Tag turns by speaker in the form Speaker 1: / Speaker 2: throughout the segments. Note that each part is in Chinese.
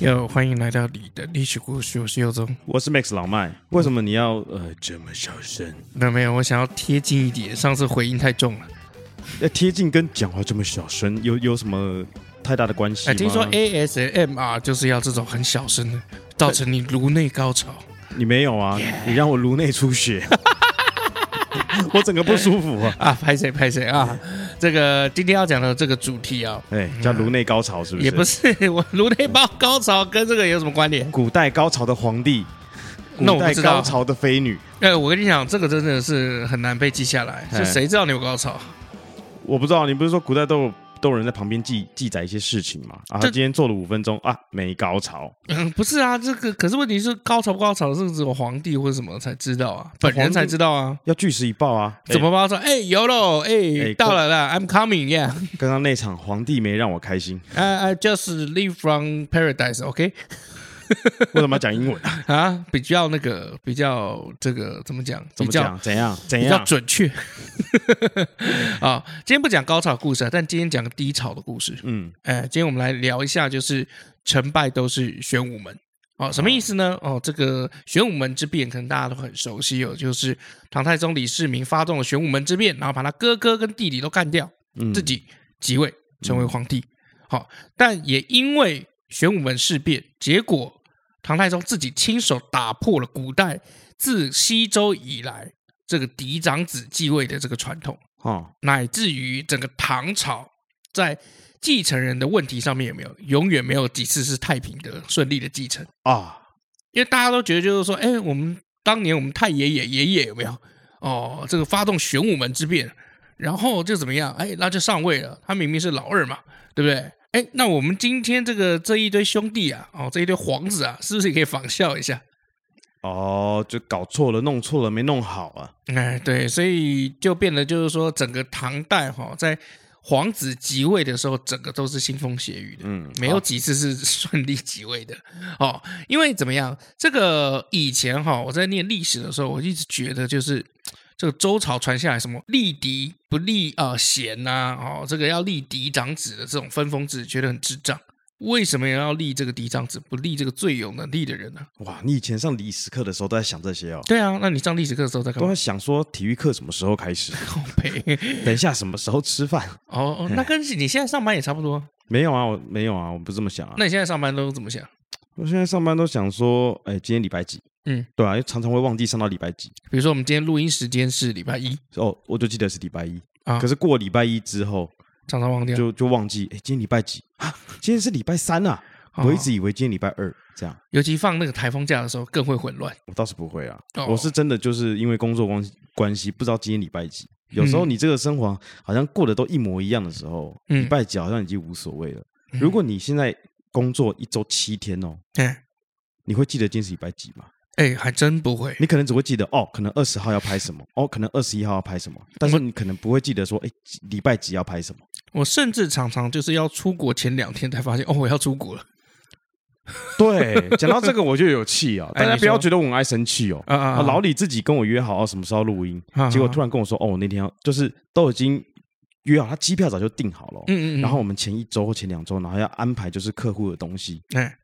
Speaker 1: 哟，欢迎来到你的历史故事，我是佑宗。
Speaker 2: 我是 Max 老麦，为什么你要呃这么小声？
Speaker 1: 那没有，我想要贴近一点，上次回音太重了。
Speaker 2: 要呃贴近跟讲话这么小声，有有什么太大的关系
Speaker 1: 哎，听说 ASMR 就是要这种很小声的，造成你颅内高潮。
Speaker 2: 你没有啊你让我颅内出血， 我整个不舒服啊。
Speaker 1: 啊，拍谁拍谁啊！这个今天要讲的这个主题啊，
Speaker 2: 哎，叫颅内高潮是不是？
Speaker 1: 也不是我颅内包高潮跟这个有什么关联？
Speaker 2: 古代高潮的皇帝，古
Speaker 1: 那我不
Speaker 2: 代
Speaker 1: 知道
Speaker 2: 高潮的妃女，
Speaker 1: 哎，我跟你讲，这个真的是很难被记下来，
Speaker 2: 哎
Speaker 1: 是谁知道你有高潮？
Speaker 2: 我不知道，你不是说古代都有都有人在旁边记记载一些事情嘛？啊，他
Speaker 1: 这
Speaker 2: 今天做了五分钟啊，没高潮，
Speaker 1: 嗯，不是啊，这个可是问题是高潮不高潮是只有皇帝或者什么才知道啊，本人才知道啊。
Speaker 2: 要据实以报啊！
Speaker 1: 怎么包说？哎，有喽，哎
Speaker 2: 哎，
Speaker 1: 到了啦，I'm coming，yeah，
Speaker 2: 哎？刚刚那场皇帝没让我开心，
Speaker 1: I I just leave from paradise，OK？
Speaker 2: 为什么要讲英文 啊？
Speaker 1: 啊，比较那个，比较这个怎么讲？
Speaker 2: 怎
Speaker 1: 比
Speaker 2: 么
Speaker 1: 较
Speaker 2: 讲？怎样？怎
Speaker 1: 比较
Speaker 2: 样？
Speaker 1: 准确。 啊，今天不讲高潮故事啊，但今天讲个低潮的故事。
Speaker 2: 嗯，
Speaker 1: 哎，今天我们来聊一下，就是成败都是玄武门。哦，什么意思呢？哦，这个玄武门之变，可能大家都很熟悉哦，就是唐太宗李世民发动了玄武门之变，然后把他哥哥跟弟弟都干掉，
Speaker 2: 嗯
Speaker 1: 自己即位成为皇帝。好、但也因为玄武门事变，结果唐太宗自己亲手打破了古代自西周以来这个嫡长子继位的这个传统，
Speaker 2: 哦，
Speaker 1: 乃至于整个唐朝在继承人的问题上面有没有，永远没有几次是太平的顺利的继承。
Speaker 2: 啊，
Speaker 1: 因为大家都觉得就是说，哎，我们当年我们太爷爷爷爷有没有？哦，这个发动玄武门之变，然后就怎么样？哎，那就上位了。他明明是老二嘛，对不对？哎，那我们今天这个这一堆兄弟啊，哦，这一堆皇子啊，是不是也可以仿效一下？
Speaker 2: 哦，就搞错了，弄错了，没弄好啊。
Speaker 1: 哎，对，所以就变得就是说，整个唐代哈、在皇子即位的时候，整个都是腥风血雨的。
Speaker 2: 嗯，
Speaker 1: 没有几次是 顺利即位的哦。因为怎么样，这个以前哈、我在念历史的时候，我一直觉得就是这个周朝传下来什么立嫡不立啊贤呐、哦，这个要立嫡长子的这种分封制，觉得很智障。为什么要立这个嫡长子，不立这个最有能力的人呢？
Speaker 2: 哇，你以前上历史课的时候都在想这些哦，
Speaker 1: 对啊，那你上历史课的时候在干
Speaker 2: 都
Speaker 1: 嘛
Speaker 2: 在？想说体育课什么时候开 始，
Speaker 1: 靠背
Speaker 2: 等一下什么时候吃饭？
Speaker 1: 哦，哦那跟你现在上班也差不多。
Speaker 2: 没有啊，我没有啊，我不这么想啊。
Speaker 1: 那你现在上班都怎么想？
Speaker 2: 我现在上班都想说，哎，今天礼拜几？
Speaker 1: 嗯，
Speaker 2: 对啊，因为常常会忘记上到礼拜几。
Speaker 1: 比如说我们今天录音时间是礼拜一，
Speaker 2: 哦，我就记得是礼拜一
Speaker 1: 啊
Speaker 2: 可是过礼拜一之后，
Speaker 1: 常常忘掉。
Speaker 2: 就就忘记，哎，今天礼拜几啊？今天是礼拜三啊！
Speaker 1: 哦
Speaker 2: 我一直以为今天礼拜二，这样
Speaker 1: 尤其放那个台风假的时候更会混乱。
Speaker 2: 我倒是不会啊。
Speaker 1: 哦
Speaker 2: 我是真的就是因为工作关系关系，不知道今天礼拜几。有时候你这个生活好像过得都一模一样的时候，
Speaker 1: 嗯
Speaker 2: 礼拜几好像已经无所谓了。如果你现在工作一周七天哦，
Speaker 1: 哎
Speaker 2: 你会记得今天是礼拜几吗？
Speaker 1: 哎，还真不会。
Speaker 2: 你可能只会记得哦，可能二十号要拍什么，哦，可能二十一号要拍什么，但
Speaker 1: 嗯
Speaker 2: 是你可能不会记得说，哎，礼拜几要拍什么。
Speaker 1: 我甚至常常就是要出国前两天才发现，哦，我要出国了。
Speaker 2: 对，讲到这个我就有气啊！
Speaker 1: 哎
Speaker 2: 大家
Speaker 1: 你
Speaker 2: 不要
Speaker 1: 说
Speaker 2: 觉得我很爱生气哦。
Speaker 1: 啊啊
Speaker 2: 啊，老李自己跟我约好哦，什么时候录音，
Speaker 1: 啊
Speaker 2: 结果
Speaker 1: 啊
Speaker 2: 突然跟我说，哦，我那天要就是都已经约好，他机票早就订好了哦。
Speaker 1: 嗯嗯嗯，
Speaker 2: 然后我们前一周或前两周，然后要安排就是客户的东西，
Speaker 1: 哎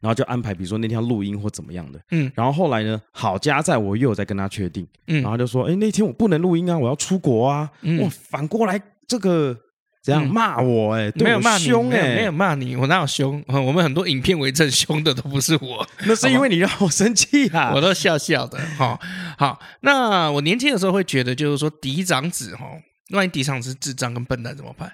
Speaker 2: 然后就安排比如说那天要录音或怎么样的。
Speaker 1: 嗯
Speaker 2: 然后后来呢，好家在我又有在跟他确定，
Speaker 1: 嗯
Speaker 2: 然后就说，哎，那天我不能录音啊，我要出国啊。
Speaker 1: 嗯
Speaker 2: 哇，反过来这个怎样
Speaker 1: 嗯
Speaker 2: 骂我？哎，对
Speaker 1: 没有
Speaker 2: 我
Speaker 1: 骂你，
Speaker 2: 凶
Speaker 1: 没有
Speaker 2: 哎，
Speaker 1: 没有骂你，我哪有凶？ 呃我们很多影片为证，凶的都不是我，
Speaker 2: 那是因为你让我生气啊
Speaker 1: 我。都笑 笑的。哈，好，那我年轻的时候会觉得，就是说嫡长子哈，万一嫡长子智障跟笨蛋怎么办？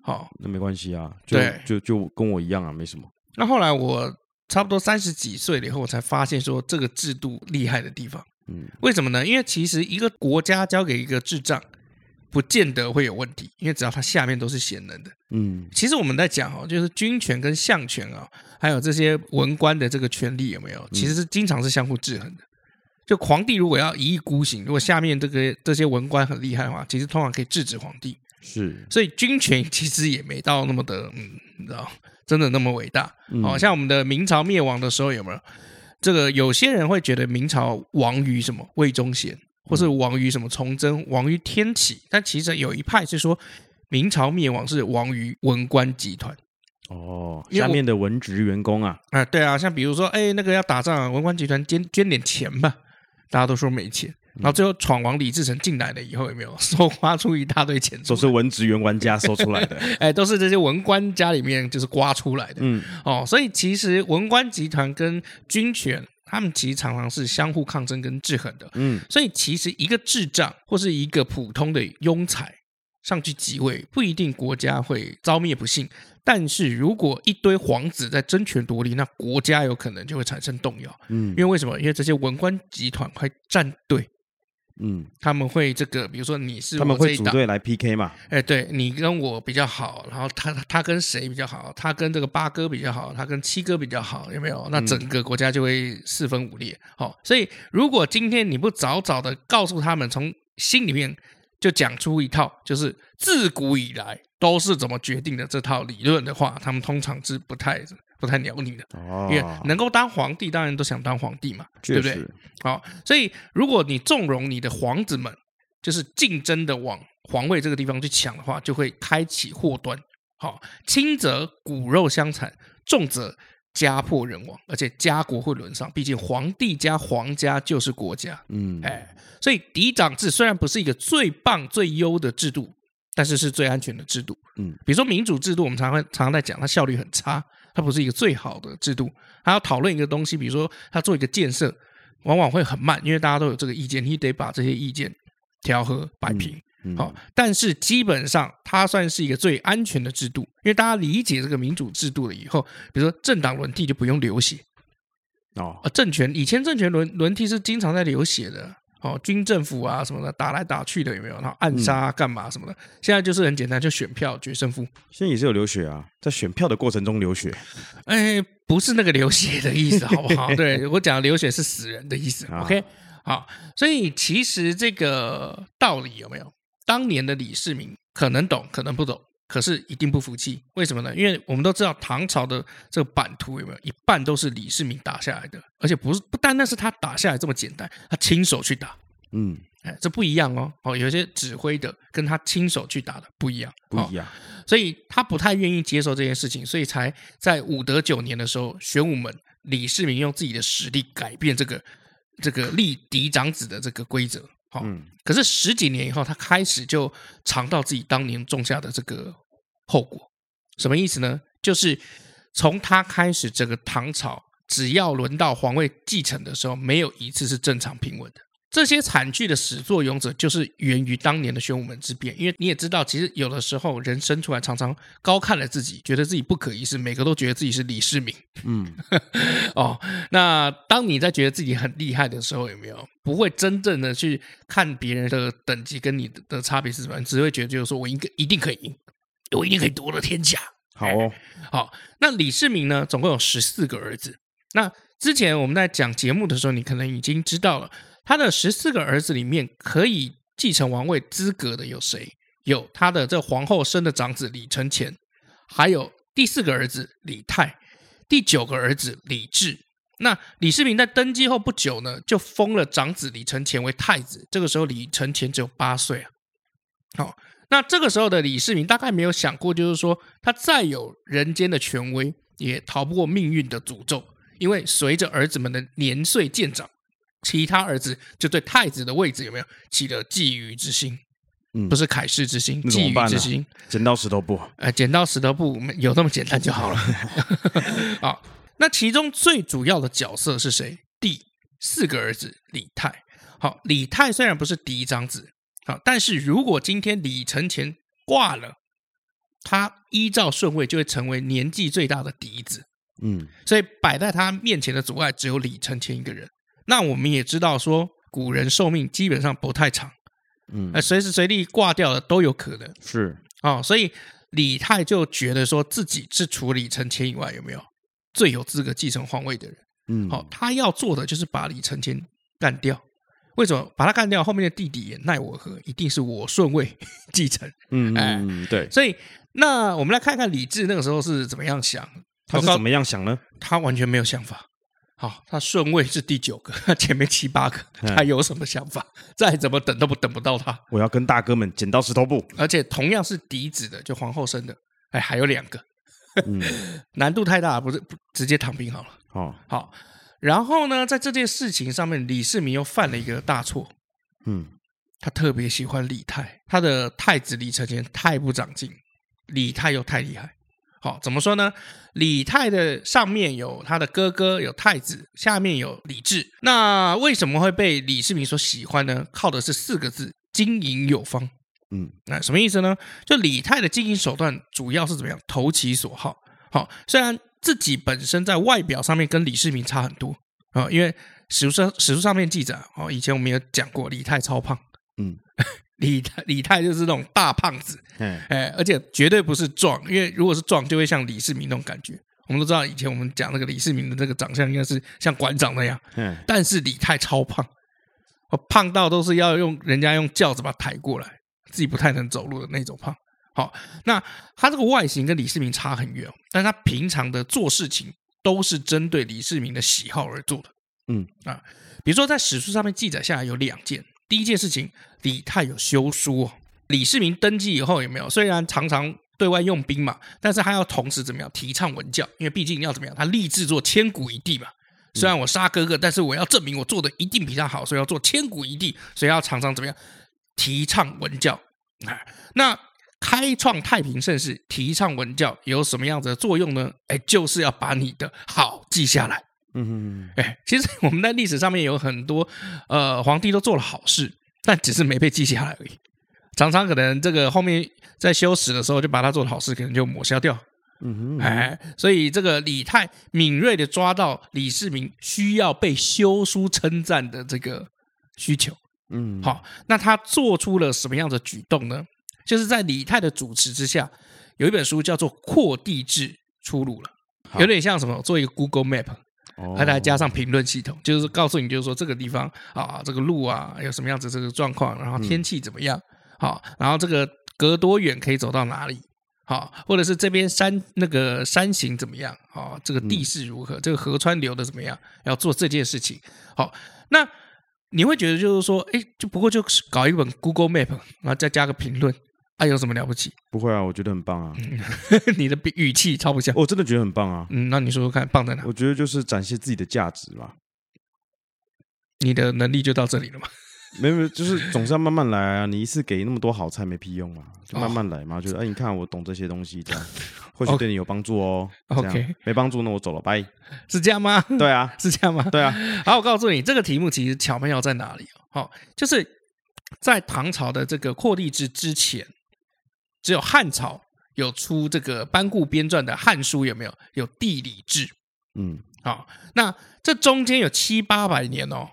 Speaker 1: 好，
Speaker 2: 那没关系啊，就
Speaker 1: 对
Speaker 2: 就就跟我一样啊，没什么。
Speaker 1: 那后来我差不多三十几岁了以后，我才发现说这个制度厉害的地方。
Speaker 2: 嗯
Speaker 1: 为什么呢？因为其实一个国家交给一个智障，不见得会有问题，因为只要他下面都是贤能的。
Speaker 2: 嗯
Speaker 1: 其实我们在讲哦，就是军权跟相权啊、还有这些文官的这个权力有没有，其实是经常是相互制衡的。就皇帝如果要一意孤行，如果下面这个这些文官很厉害的话，其实通常可以制止皇帝。
Speaker 2: 是
Speaker 1: 所以军权其实也没到那么的，嗯，你知道，真的那么伟大。
Speaker 2: 嗯
Speaker 1: 好、像我们的明朝灭亡的时候有没有？这个有些人会觉得明朝亡于什么魏忠贤，或是亡于什么崇祯，亡于天启。但其实有一派是说，明朝灭亡是亡于文官集团
Speaker 2: 哦，
Speaker 1: 因为
Speaker 2: 下
Speaker 1: 我
Speaker 2: 面的文职员工啊，
Speaker 1: 啊、对啊，像比如说，哎，那个要打仗啊，文官集团捐捐点钱吧，大家都说没钱。然后最后闯王李自成进来了以后，有没 有搜刮出一大堆钱出
Speaker 2: 都
Speaker 1: 来？
Speaker 2: 是文职员玩家搜出来的。
Speaker 1: 哎，都是这些文官家里面就是刮出来的。
Speaker 2: 嗯
Speaker 1: 哦，所以其实文官集团跟军权，他们其实常常是相互抗争跟制衡的。
Speaker 2: 嗯，
Speaker 1: 所以其实一个智障或是一个普通的庸才上去即位，不一定国家会遭灭不幸。但是如果一堆皇子在争权夺利，那国家有可能就会产生动摇。
Speaker 2: 嗯
Speaker 1: 因为为什么？因为这些文官集团会站队，
Speaker 2: 嗯，
Speaker 1: 他们会这个，比如说你是
Speaker 2: 他们
Speaker 1: 我这
Speaker 2: 会
Speaker 1: 一
Speaker 2: 组
Speaker 1: 党
Speaker 2: 队来 PK 嘛？
Speaker 1: 哎，对你跟我比较好，然后他他跟谁比较好？他跟这个八哥比较好，他跟七哥比较好，有没有？
Speaker 2: 嗯
Speaker 1: 那整个国家就会四分五裂。好、所以如果今天你不早早的告诉他们，从心里面就讲出一套，就是自古以来都是怎么决定的这套理论的话，他们通常是不太不太鸟你的，
Speaker 2: 哦
Speaker 1: 因，为能够当皇帝，当然都想当皇帝嘛，对
Speaker 2: 确
Speaker 1: 不对？
Speaker 2: 实，
Speaker 1: 好、所以如果你纵容你的皇子们，就是竞争的往皇位这个地方去抢的话，就会开启祸端。好、轻则骨肉相残，重则家破人亡，而且家国会沦丧。毕竟皇帝加皇家就是国家，
Speaker 2: 嗯，
Speaker 1: 哎，所以嫡长制虽然不是一个最棒最优的制度，但是是最安全的制度。
Speaker 2: 嗯，
Speaker 1: 比如说民主制度，我们常会常常在讲，它效率很差，它不是一个最好的制度。它要讨论一个东西，比如说它做一个建设，往往会很慢，因为大家都有这个意见，你得把这些意见调和摆平。
Speaker 2: 嗯
Speaker 1: 好、，但是基本上它算是一个最安全的制度，因为大家理解这个民主制度了以后，比如说政党轮替就不用流血，
Speaker 2: 哦，
Speaker 1: 啊，政权以前政权轮轮替是经常在流血的，哦，军政府啊什么的打来打去的有没有？然后暗杀啊、干嘛什么的，现在就是很简单，就选票决胜负。
Speaker 2: 现在也是有流血啊，在选票的过程中流血
Speaker 1: 哎，不是那个流血的意思，好 不好？对我讲流血是死人的意思。
Speaker 2: 啊
Speaker 1: OK，好，所以其实这个道理有没有？当年的李世民可能懂，可能不懂，可是一定不服气。为什么呢？因为我们都知道唐朝的这个版图有没有一半都是李世民打下来的，而且不是不单单是他打下来这么简单，他亲手去打。
Speaker 2: 嗯，
Speaker 1: 哎，这不一样哦。哦，有一些指挥的跟他亲手去打的不一样，哦
Speaker 2: 不一
Speaker 1: 样、
Speaker 2: 样，
Speaker 1: 所以他不太愿意接受这件事情，所以才在武德九年的时候，玄武门李世民用自己的实力改变这个这个立嫡长子的这个规则。好、
Speaker 2: 嗯
Speaker 1: 可是十几年以后，他开始就尝到自己当年种下的这个后果。什么意思呢？就是从他开始，这个唐朝只要轮到皇位继承的时候，没有一次是正常平稳的。这些惨剧的始作俑者，就是源于当年的玄武门之变。因为你也知道，其实有的时候人生出来常常高看了自己，觉得自己不可一世，每个都觉得自己是李世民。
Speaker 2: 嗯，
Speaker 1: 哦，那当你在觉得自己很厉害的时候，有没有不会真正的去看别人的等级跟你的的差别是什么？你只会觉得就是说我应该一定可以赢，我一定可以夺得天下。
Speaker 2: 好哦，
Speaker 1: 好、那李世民呢，总共有十四个儿子。那之前我们在讲节目的时候，你可能已经知道了，他的十四个儿子里面可以继承王位资格的有谁？有他的这皇后生的长子李承乾，还有第四个儿子李泰，第九个儿子李治。那李世民在登基后不久呢，就封了长子李承乾为太子。这个时候李承乾只有八岁啊。好、那这个时候的李世民大概没有想过，就是说他再有人间的权威，也逃不过命运的诅咒，因为随着儿子们的年岁渐长，其他儿子就对太子的位置有没有起了觊觎之心？
Speaker 2: 嗯
Speaker 1: 不是凯视之心，
Speaker 2: 那怎么
Speaker 1: 觊觎
Speaker 2: 办
Speaker 1: 之
Speaker 2: 呢
Speaker 1: 心。
Speaker 2: 剪刀石头布，
Speaker 1: 呃，剪刀石头布没有那么简单就好了。 啊，那其中最主要的角色是谁？第四个儿子李泰。好，李泰虽然不是嫡长子，好，但是如果今天李承乾挂了，他依照顺位就会成为年纪最大的嫡子，
Speaker 2: 嗯
Speaker 1: 所以摆在他面前的阻碍只有李承乾一个人。那我们也知道说，古人寿命基本上不太长，
Speaker 2: 嗯
Speaker 1: 呃，，随时随地挂掉了都有可能
Speaker 2: 是
Speaker 1: 哦。所以李泰就觉得说自己是除李承乾以外有没有最有资格继承皇位的人。
Speaker 2: 嗯，
Speaker 1: 好、他要做的就是把李承乾干掉。为什么把他干掉？后面的弟弟也奈我何？一定是我顺位 继承。
Speaker 2: 嗯，嗯
Speaker 1: 哎
Speaker 2: 嗯，对，
Speaker 1: 所以，那我们来看看李治那个时候是怎么样想。
Speaker 2: 他是
Speaker 1: 我告
Speaker 2: 怎么样想呢？
Speaker 1: 他完全没有想法。好，他顺位是第九个， 他前面七八个，
Speaker 2: 嗯
Speaker 1: 他有什么想法？ 再怎么等都不等不到他。
Speaker 2: 我要跟大哥们剪刀石头布，
Speaker 1: 而且同样是嫡子的，就皇后生的，哎，还有两个，
Speaker 2: 嗯，
Speaker 1: 难度太大，不是不直接躺平好了。
Speaker 2: 哦，
Speaker 1: 好，然后呢，在这件事情上面，李世民又犯了一个大错，
Speaker 2: 嗯，
Speaker 1: 他特别喜欢李泰，他的太子李承乾太不长进，李泰又太厉害。好，怎么说呢？李泰的上面有他的哥哥有太子，下面有李治。那为什么会被李世民所喜欢呢？靠的是四个字：经营有方。
Speaker 2: 嗯，
Speaker 1: 那什么意思呢？就李泰的经营手段主要是怎么样？投其所好。好，虽然自己本身在外表上面跟李世民差很多啊、因为史书上史书上面记载哦，以前我们有讲过李泰超胖，
Speaker 2: 嗯，
Speaker 1: 李泰李泰就是那种大胖子，
Speaker 2: 哎，
Speaker 1: 哎，而且绝对不是壮，因为如果是壮就会像李世民那种感觉。我们都知道以前我们讲那个李世民的这个长相应该是像馆长那样，
Speaker 2: 哎，
Speaker 1: 但是李泰超胖，我胖到都是要用人家用轿子把他抬过来，自己不太能走路的那种胖。好，那他这个外形跟李世民差很远哦，但他平常的做事情都是针对李世民的喜好而做的。
Speaker 2: 嗯
Speaker 1: 啊，比如说在史书上面记载下来有两件，第一件事情，李泰有休书哦。李世民登基以后有没有？虽然常常对外用兵嘛，但是他要同时怎么样提倡文教？因为毕竟要怎么样，他立志做千古一帝嘛。虽然我杀哥哥，但是我要证明我做的一定比他好，所以要做千古一帝，所以要常常怎么样提倡文教。啊，那开创太平盛世，提倡文教有什么样子的作用呢？哎，就是要把你的好记下来。
Speaker 2: 嗯嗯，
Speaker 1: 哎，其实我们在历史上面有很多呃皇帝都做了好事，但只是没被记下来而已。常常可能这个后面在修史的时候，就把他做的好事可能就抹消掉。
Speaker 2: 嗯嗯，
Speaker 1: 哎，所以这个李泰敏锐的抓到李世民需要被修书称赞的这个需求。
Speaker 2: 嗯，
Speaker 1: 好，那他做出了什么样的举动呢？就是在李泰的主持之下，有一本书叫做《扩地志》出炉了，
Speaker 2: 好
Speaker 1: 有点像什么做一个 Google Map，
Speaker 2: 哦，
Speaker 1: 它再加上评论系统，就是告诉你，就是说这个地方啊，这个路啊有什么样子这个状况，然后
Speaker 2: 嗯
Speaker 1: 天气怎么样，好、然后这个隔多远可以走到哪里，好、或者是这边山那个山形怎么样，好、这个
Speaker 2: 嗯
Speaker 1: 地势如何，这个河川流的怎么样，要做这件事情，好、那你会觉得就是说，哎，就不过就是搞一本 Google Map，然后再加个评论，啊，有什么了不起？
Speaker 2: 不会啊，我觉得很棒啊，
Speaker 1: 嗯你的语气超不像。
Speaker 2: 我真的觉得很棒啊，
Speaker 1: 嗯，那你说说看，棒在哪？
Speaker 2: 我觉得就是展现自己的价值吧，
Speaker 1: 你的能力就到这里了嘛？
Speaker 2: 没有没有，就是总是要慢慢来啊！你一次给那么多好菜没屁用啊，就
Speaker 1: 哦
Speaker 2: 慢慢来嘛。就是哎，你看我懂这些东西，这 样或许对你有帮助哦。
Speaker 1: OK 嗯
Speaker 2: 这样没帮助那我走了，拜。
Speaker 1: 是这样吗？
Speaker 2: 对啊，
Speaker 1: 是这样吗？
Speaker 2: 对啊，
Speaker 1: 好，我告诉你，这个题目其实巧妙在哪里哦？好、就是在唐朝的这个扩地志之前，只有汉朝有出这个班固编撰的《汉书》，有没有？有地理志
Speaker 2: 嗯，
Speaker 1: 啊、好那这中间有七八百年哦，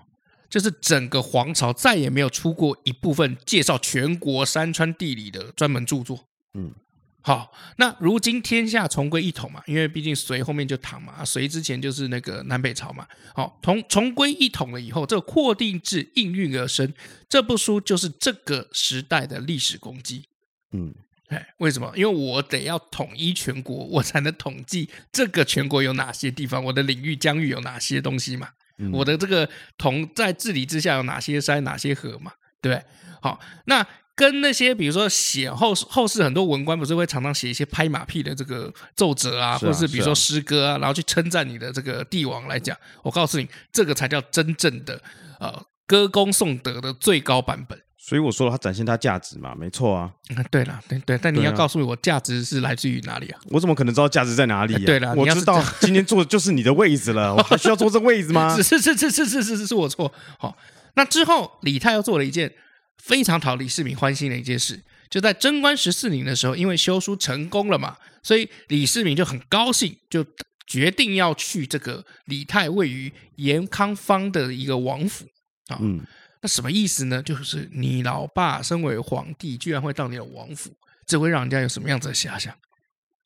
Speaker 1: 就是整个皇朝再也没有出过一部分介绍全国山川地理的专门著作。
Speaker 2: 嗯，
Speaker 1: 好，那如今天下重归一统嘛，因为毕竟隋后面就唐嘛，啊隋之前就是那个南北朝嘛。好，同重归一统了以后，这个扩定制应运而生，这部书就是这个时代的历史功绩。
Speaker 2: 嗯，
Speaker 1: 哎，为什么？因为我得要统一全国，我才能统计这个全国有哪些地方，我的领域疆域有哪些东西嘛。
Speaker 2: 嗯
Speaker 1: 我的这个同在治理之下有哪些山、哪些河嘛，对不对？好，那跟那些比如说写后后世很多文官不是会常常写一些拍马屁的这个奏折啊，
Speaker 2: 是
Speaker 1: 或
Speaker 2: 啊
Speaker 1: 者是比如说诗歌啊，然后去称赞你的这个帝王来讲，我告诉你，这个才叫真正的呃歌功颂德的最高版本。
Speaker 2: 所以我说了，他展现他价值嘛，没错啊。
Speaker 1: 嗯对了，对对，但你
Speaker 2: 对啊
Speaker 1: 要告诉我价值是来自于哪里啊？
Speaker 2: 我怎么可能知道价值在哪里、啊
Speaker 1: 哎对啦
Speaker 2: 我
Speaker 1: 你要是
Speaker 2: 知道
Speaker 1: 这样
Speaker 2: 今天坐的就是你的位置了，我还需要坐这位置吗
Speaker 1: 是？是是是是是是是是我错。好，那之后李泰又做了一件非常讨李世民欢心的一件事，就在贞观十四年的时候，因为修书成功了嘛，所以李世民就很高兴，就决定要去这个李泰位于延康坊的一个王府。啊
Speaker 2: 嗯，
Speaker 1: 那什么意思呢？就是你老爸身为皇帝，居然会到你的王府，这会让人家有什么样子的遐想？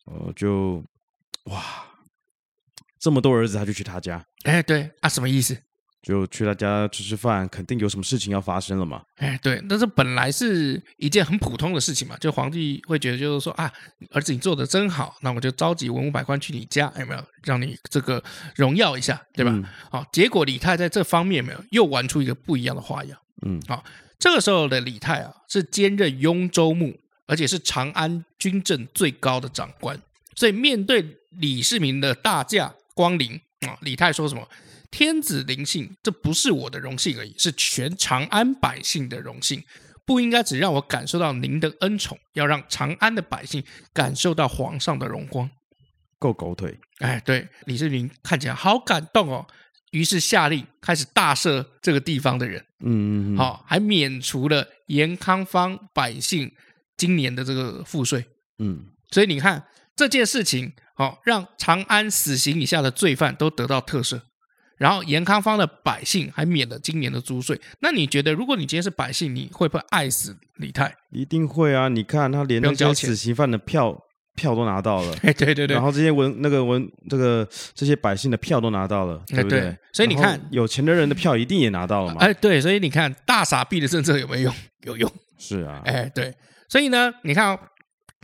Speaker 2: 呃，就哇，这么多儿子，他就去他家，
Speaker 1: 哎，对啊，什么意思？
Speaker 2: 就去他家吃吃饭，肯定有什么事情要发生了嘛。
Speaker 1: 哎，对，但是本来是一件很普通的事情嘛，就皇帝会觉得就是说啊，儿子你做的真好，那我就召集文武百官去你家，有没有让你这个荣耀一下，对吧？
Speaker 2: 嗯
Speaker 1: 好、结果李泰在这方面有没有又玩出一个不一样的花样。
Speaker 2: 嗯，
Speaker 1: 好、这个时候的李泰啊，是兼任雍州牧，而且是长安军政最高的长官，所以面对李世民的大驾光临啊，李泰说什么？天子临幸，这不是我的荣幸而已，是全长安百姓的荣幸。不应该只让我感受到您的恩宠，要让长安的百姓感受到皇上的荣光。
Speaker 2: 够狗腿，
Speaker 1: 哎，对，李世民看起来好感动哦，于是下令开始大赦这个地方的人。
Speaker 2: 嗯，嗯嗯
Speaker 1: 好、还免除了盐康坊百姓今年的这个赋税。
Speaker 2: 嗯，
Speaker 1: 所以你看这件事情，好、让长安死刑以下的罪犯都得到特赦，然后盐康坊的百姓还免了今年的租税。那你觉得，如果你今天是百姓，你会不会爱死李泰？
Speaker 2: 一定会啊！你看他连
Speaker 1: 不用
Speaker 2: 那
Speaker 1: 交
Speaker 2: 些
Speaker 1: 钱，
Speaker 2: 死刑犯的票票都拿到了
Speaker 1: 哎，对 对对
Speaker 2: 然，后这些文那个文这个这些百姓的票都拿到了，
Speaker 1: 哎
Speaker 2: 对不
Speaker 1: 对
Speaker 2: 对？
Speaker 1: 所以你
Speaker 2: 然后
Speaker 1: 看
Speaker 2: 有钱的人的票一定也拿到了嘛？
Speaker 1: 哎，对，所以你看大傻逼的政策有没有 用？有用。
Speaker 2: 是啊，
Speaker 1: 哎，对，所以呢，你看、哦，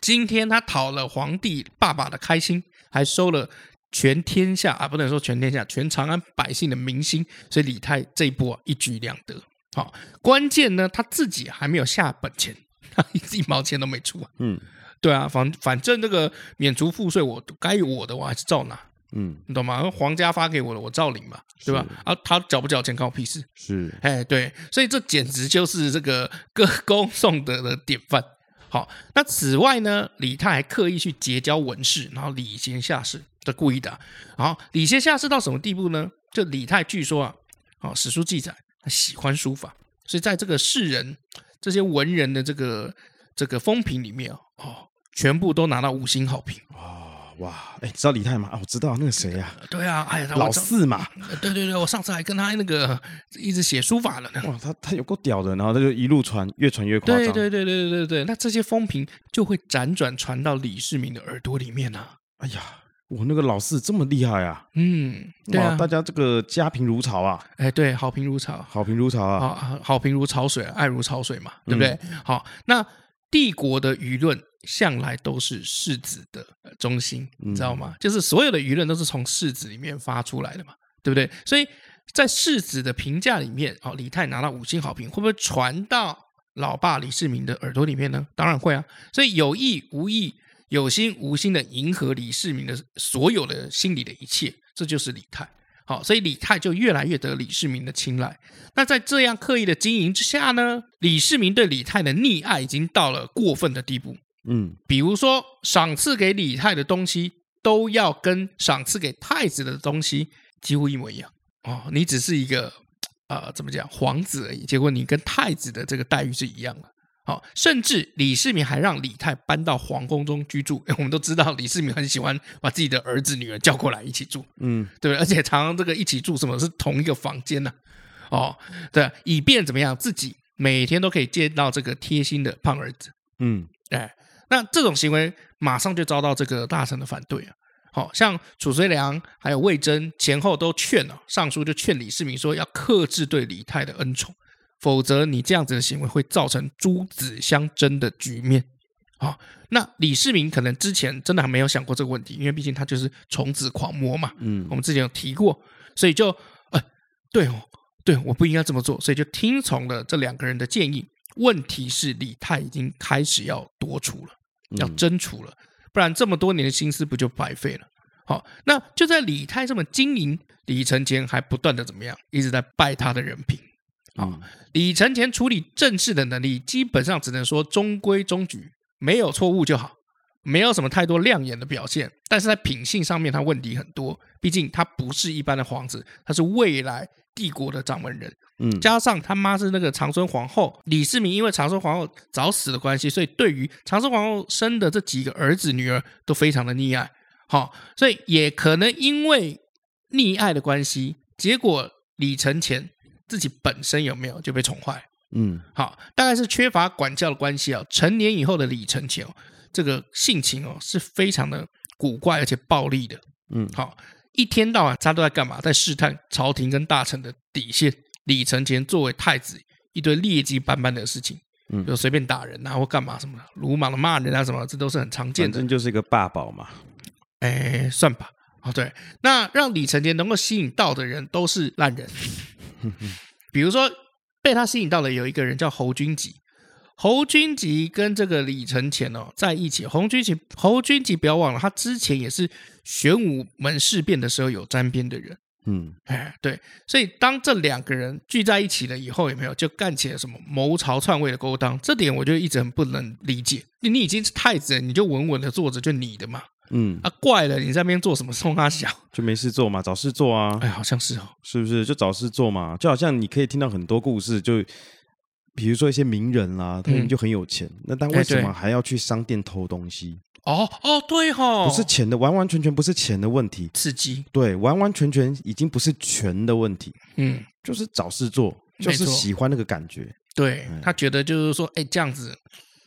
Speaker 1: 今天他讨了皇帝爸爸的开心，还收了全天下啊，不能说全天下，全长安百姓的民心，所以李泰这一波、啊、一举两得。好、关键呢，他自己还没有下本钱， 他一毛钱都没出、啊。
Speaker 2: 嗯
Speaker 1: 对啊，反反正这个免除赋税我，该我的我还是照拿，
Speaker 2: 嗯，
Speaker 1: 你懂吗？皇家发给我的，我照领嘛，对吧？啊，他缴不缴钱关我屁事。
Speaker 2: 是
Speaker 1: 哎，对，所以这简直就是这个歌功颂德的典范。好，那此外呢，李泰还刻意去结交文士，然后礼贤下士，这故意的啊。然后礼贤下士到什么地步呢？就李泰据说啊，哦，史书记载他喜欢书法，所以在这个士人、这些文人的这个这个风评里面啊，哦，全部都拿到五星好评。
Speaker 2: 啊，哇！哎，知道李泰吗？啊，我知道那个谁呀，
Speaker 1: 对啊，哎呀，
Speaker 2: 老
Speaker 1: 四，
Speaker 2: 四 嘛，
Speaker 1: 对对对，我上次还跟他那个一直写书法了呢。
Speaker 2: 哇，他他有够屌的，然后他就一路传，越传越夸
Speaker 1: 对
Speaker 2: 张，
Speaker 1: 对对对对对对，那这些风评就会辗转传到李世民的耳朵里面啊。
Speaker 2: 哎呀，我那个老四这么厉害啊！
Speaker 1: 嗯，对
Speaker 2: 哇，
Speaker 1: 啊
Speaker 2: 大，家这个家贫如潮啊，
Speaker 1: 哎，对，好评如潮，
Speaker 2: 好评如潮
Speaker 1: 好
Speaker 2: 啊，
Speaker 1: 好好评如潮水，爱如潮水嘛，对不对？好，那帝国的舆论向来都是世子的呃中心，你知道吗？就是所有的舆论都是从世子里面发出来的嘛，对不对？所以在世子的评价里面，哦，李泰拿到五星好评，会不会传到老爸李世民的耳朵里面呢？当然会啊。所以有意无意、有心无心的迎合李世民的所有的心里的一切，这就是李泰。好，所以李泰就越来越得李世民的青睐。那在这样刻意的经营之下呢，李世民对李泰的溺爱已经到了过分的地步。
Speaker 2: 嗯，
Speaker 1: 比如说，赏赐给李泰的东西都要跟赏赐给太子的东西几乎一模一样哦。你只是一个呃，怎么讲皇子而已，结果你跟太子的这个待遇是一样的。好、甚至李世民还让李泰搬到皇宫中居住。哎我们都知道，李世民很喜欢把自己的儿子、女儿叫过来一起住。
Speaker 2: 嗯，
Speaker 1: 对，而且常常这个一起住什么是同一个房间呢、哦，对，以便怎么样，自己每天都可以见到这个贴心的胖儿子。
Speaker 2: 嗯，
Speaker 1: 哎，那这种行为马上就遭到这个大臣的反对啊。好、像褚遂良还有魏征前后都劝了、上书就劝李世民说要克制对李泰的恩宠，否则你这样子的行为会造成诸子相争的局面。好、那李世民可能之前真的还没有想过这个问题，因为毕竟他就是宠子狂魔嘛。
Speaker 2: 嗯
Speaker 1: 我们之前有提过，所以就呃，对哦，对，我不应该这么做，所以就听从了这两个人的建议。问题是李泰已经开始要夺除了，要
Speaker 2: 嗯
Speaker 1: 争除了，不然这么多年的心思不就白费了？好，那就在李泰这么经营，李承乾还不断的怎么样，一直在败他的人品。
Speaker 2: 嗯
Speaker 1: 李承乾处理政事的能力，基本上只能说中规中矩，没有错误就好，没有什么太多亮眼的表现。但是在品性上面，他问题很多，毕竟他不是一般的皇子，他是未来帝国的掌门人。
Speaker 2: 嗯，
Speaker 1: 加上他妈是那个长孙皇后，李世民因为长孙皇后早死的关系，所以对于长孙皇后生的这几个儿子女儿都非常的溺爱。好、所以也可能因为溺爱的关系，结果李承乾自己本身有没有就被宠坏。
Speaker 2: 嗯，
Speaker 1: 好，大概是缺乏管教的关系哦。成年以后的李承乾哦，这个性情哦是非常的古怪而且暴力的。
Speaker 2: 嗯
Speaker 1: 好，一天到晚他都在干嘛？在试探朝廷跟大臣的底线。李承乾作为太子，一堆劣迹斑斑的事情，
Speaker 2: 嗯
Speaker 1: 就随便打人啊或干嘛什么的，鲁莽的骂人啊什么的，这都是很常见
Speaker 2: 反
Speaker 1: 的
Speaker 2: 正。就是一个霸宝嘛。
Speaker 1: 哎，算吧。哦，对，那让李承乾能够吸引到的人都是烂人，比如说被他吸引到的有一个人叫侯君集，侯君集跟这个李承乾哦在一起，侯君集侯君集不要忘了，他之前也是玄武门事变的时候有沾边的人。
Speaker 2: 嗯
Speaker 1: 哎，对，所以当这两个人聚在一起了以后，有没有就干起了什么谋朝篡位的勾当？这点我就一直很不能理解。你你已经是太子了，你就稳稳的坐着，就你的嘛。
Speaker 2: 嗯，
Speaker 1: 啊，怪了，你在那边做什么送他小？
Speaker 2: 就没事做嘛，找事做啊，
Speaker 1: 哎，好像是哦。
Speaker 2: 是不是？就找事做嘛，就好像你可以听到很多故事，就比如说一些名人啦、他们
Speaker 1: 嗯
Speaker 2: 就很有钱，那但
Speaker 1: 哎
Speaker 2: 为什
Speaker 1: 对
Speaker 2: 么还要去商店偷东西？
Speaker 1: 哦哦，对吼，
Speaker 2: 不是钱的，完完全全不是钱的问题，
Speaker 1: 刺激，
Speaker 2: 对，完完全全已经不是权的问题，
Speaker 1: 嗯，
Speaker 2: 就是找事做，就是
Speaker 1: 没错
Speaker 2: 喜欢那个感觉，
Speaker 1: 对他觉得就是说，哎，这样子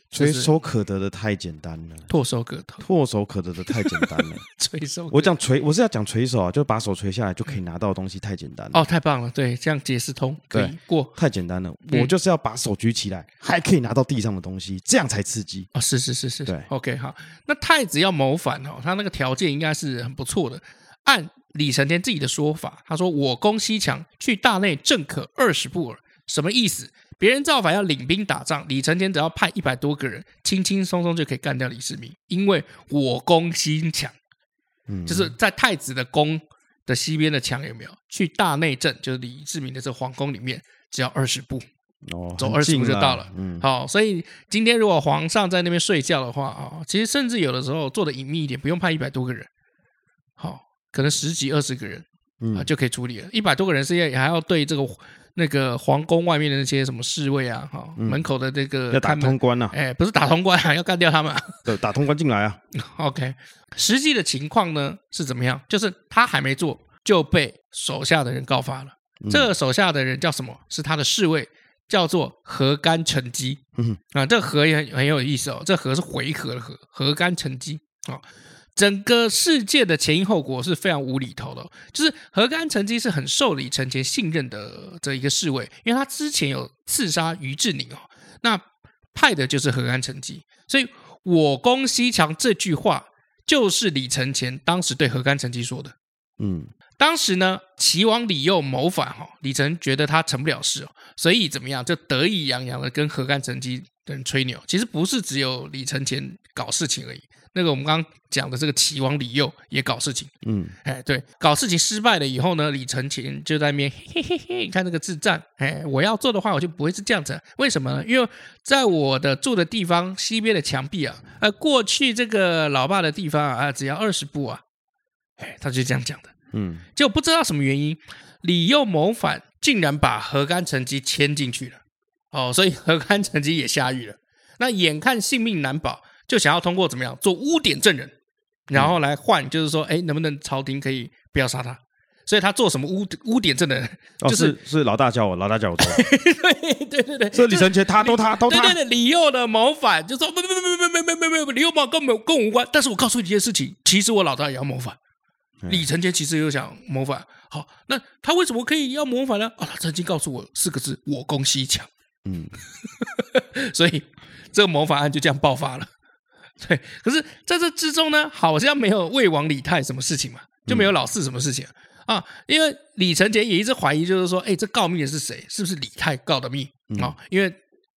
Speaker 1: 就
Speaker 2: 垂
Speaker 1: 是
Speaker 2: 手可得的太简单了，
Speaker 1: 唾手可得，
Speaker 2: 唾手可得的太简单了。
Speaker 1: 垂手可得。
Speaker 2: 我讲垂，我是要讲垂手啊，就把手垂下来就可以拿到的东西，太简单了。
Speaker 1: 嗯哦，太棒了，对，这样解释通可以
Speaker 2: 对
Speaker 1: 过
Speaker 2: 太简单了，
Speaker 1: 嗯
Speaker 2: 我就是要把手举起来，还可以拿到地上的东西，这样才刺激。
Speaker 1: 哦，是是是是
Speaker 2: 对
Speaker 1: ，OK 好。那太子要谋反哦，他那个条件应该是很不错的。按李承乾自己的说法，他说我攻西墙，去大内正可二十步耳，什么意思？别人造反要领兵打仗，李承乾只要派一百多个人，轻轻松松就可以干掉李世民，因为我攻西墙。
Speaker 2: 嗯，
Speaker 1: 就是在太子的宫的西边的墙有没有？去大内镇，就是李世民的这皇宫里面，只要二十步。
Speaker 2: 哦，
Speaker 1: 走
Speaker 2: 很
Speaker 1: 20
Speaker 2: 近
Speaker 1: 步就
Speaker 2: 啦
Speaker 1: 到了
Speaker 2: 嗯，
Speaker 1: 好，所以今天如果皇上在那边睡觉的话啊、其实甚至有的时候做的隐秘一点，不用派一百多个人，好、可能十几二十个人啊、
Speaker 2: 嗯，
Speaker 1: 就可以处理了。一百多个人是要还要对这个那个皇宫外面的那些什么侍卫啊，哈、门口的这个
Speaker 2: 嗯要打
Speaker 1: 看门
Speaker 2: 通，关啊，
Speaker 1: 哎，不是打通关啊，要干掉他们啊、
Speaker 2: 对，打通关进来啊。
Speaker 1: OK，实际的情况呢是怎么样？就是他还没做就被手下的人告发了。这个手下的人叫什么？是他的侍卫，叫做何干成基。
Speaker 2: 嗯
Speaker 1: 啊，这何也很很有意思哦。这何是回合的何，何干成基啊。整个事件的前因后果是非常无厘头的哦、就是何干成基是很受李承乾信任的这一个侍卫，因为他之前有刺杀于志宁哦，那派的就是何安成绩，所以“我攻西墙”这句话就是李承乾当时对何安成绩说的。
Speaker 2: 嗯，
Speaker 1: 当时呢，齐王李佑谋反哈、李承觉得他成不了事哦，所以怎么样就得意洋洋的跟何干成绩等人吹牛。其实不是只有李承乾搞事情而已，那个我们刚刚讲的这个齐王李佑也搞事情。
Speaker 2: 嗯，
Speaker 1: 哎，对，搞事情失败了以后呢，李承乾就在那边嘿嘿嘿嘿，你看那个智障，哎，我要做的话，我就不会是这样子。为什么呢？因为在我的住的地方西边的墙壁啊，呃，过去这个老爸的地方啊，啊只要二十步啊，哎，他就这样讲的。
Speaker 2: 嗯，
Speaker 1: 就不知道什么原因，李佑谋反，竟然把何干成基牵进去了。哦，所以何干成基也下狱了。那眼看性命难保，就想要通过怎么样做污点证人，然后来换，就是说，哎，能不能朝廷可以不要杀他？所以他做什么污污点证人？
Speaker 2: 哦，
Speaker 1: 就是
Speaker 2: 是是老大叫我，老大叫 我做，
Speaker 1: 对对对对，
Speaker 2: 这李承乾他都他都
Speaker 1: 对
Speaker 2: 他
Speaker 1: 对，对，李佑的谋反，就说不不不不不不不不不，李佑谋跟我跟我无关。但是我告诉你一件事情，其实我老大也要谋反。
Speaker 2: 嗯
Speaker 1: 李承乾其实又想谋反，好，那他为什么可以要谋反呢？啊，他曾经告诉我四个字：我攻西墙。
Speaker 2: 嗯，
Speaker 1: 所以这个谋反案就这样爆发了。对，可是在这之中呢，好像没有魏王李泰什么事情嘛，就
Speaker 2: 嗯
Speaker 1: 没有老四什么事情啊。啊因为李承乾也一直怀疑，就是说，哎，这告密的是谁？是不是李泰告的密？
Speaker 2: 嗯
Speaker 1: 哦，因为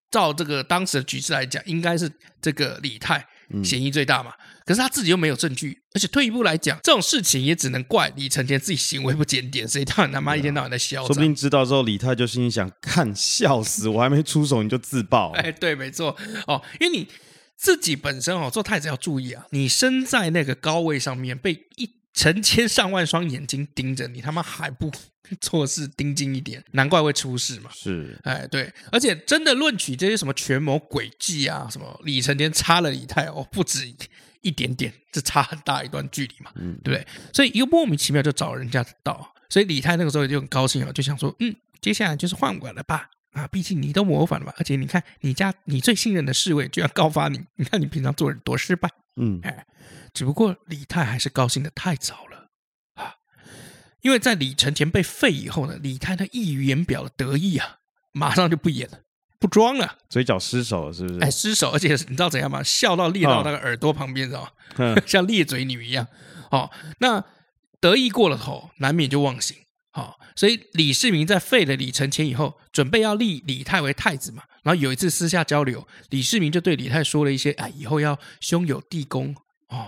Speaker 1: 照这个当时的局势来讲，应该是这个李泰
Speaker 2: 嗯
Speaker 1: 嫌疑最大嘛。可是他自己又没有证据，而且退一步来讲，这种事情也只能怪李承乾自己行为不检点，谁他他妈一天到晚在嚣
Speaker 2: 啊说不
Speaker 1: 张。
Speaker 2: 定知道之后，李泰就心里想，看笑死，我还没出手你就自爆，
Speaker 1: 哎，对，没错哦，因为你自己本身哦，做太子要注意啊，你身在那个高位上面，被一成千上万双眼睛盯着，你他妈还不 做事盯紧一点，难怪会出事嘛。
Speaker 2: 是，
Speaker 1: 哎，对，而且真的论起这些什么权谋诡计啊，什么李承乾差了李泰哦，不止一点点，这差很大一段距离嘛，
Speaker 2: 嗯
Speaker 1: 对不对？所以一个莫名其妙就找人家的道，所以李泰那个时候就很高兴啊，就想说，嗯，接下来就是换我了吧？啊，毕竟你都模仿了嘛，而且你看你家你最信任的侍卫居然告发你，你看你平常做人多失败。
Speaker 2: 嗯
Speaker 1: 只不过李泰还是高兴的太早了啊，因为在李承乾被废以后呢，李泰那溢于言表的得意啊，马上就不演了，不装了，
Speaker 2: 嘴角失手了是不是？
Speaker 1: 哎，失手，而且你知道怎样吗？笑到裂到
Speaker 2: 哦
Speaker 1: 那个耳朵旁边，知道吗？
Speaker 2: 嗯
Speaker 1: 像裂嘴女一样。哦，那得意过了头，难免就忘形。哦，所以李世民在废了李承乾以后，准备要立李泰为太子嘛。然后有一次私下交流，李世民就对李泰说了一些：哎，以后要兄友弟恭哦，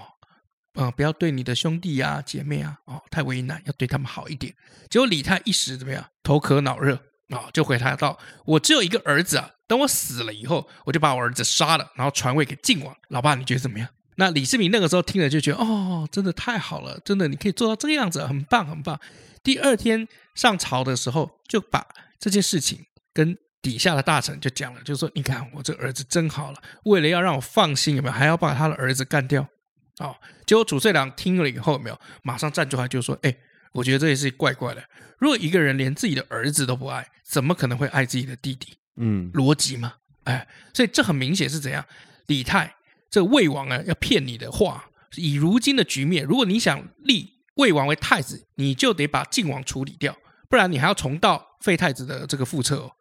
Speaker 1: 呃，不要对你的兄弟啊、姐妹啊哦太为难，要对他们好一点。结果李泰一时怎么样，头壳脑热啊、就回答道：“我只有一个儿子啊，等我死了以后，我就把我儿子杀了，然后传位给晋王。老爸，你觉得怎么样？”那李世民那个时候听了就觉得，哦，真的太好了，真的你可以做到这个样子，很棒，很棒。第二天上朝的时候，就把这件事情跟底下的大臣就讲了，就说：“你看我这儿子真好了，为了要让我放心，有没有还要把他的儿子干掉？”哦，结果褚遂良听了以后，有没有马上站出来就说：“哎，我觉得这件事怪怪的。如果一个人连自己的儿子都不爱，怎么可能会爱自己的弟弟？
Speaker 2: 嗯
Speaker 1: 逻辑嘛，哎，所以这很明显是怎样？李泰这魏王啊，要骗你的话，以如今的局面，如果你想立魏王为太子，你就得把晋王处理掉，不然你还要重蹈废太子的这个覆辙哦。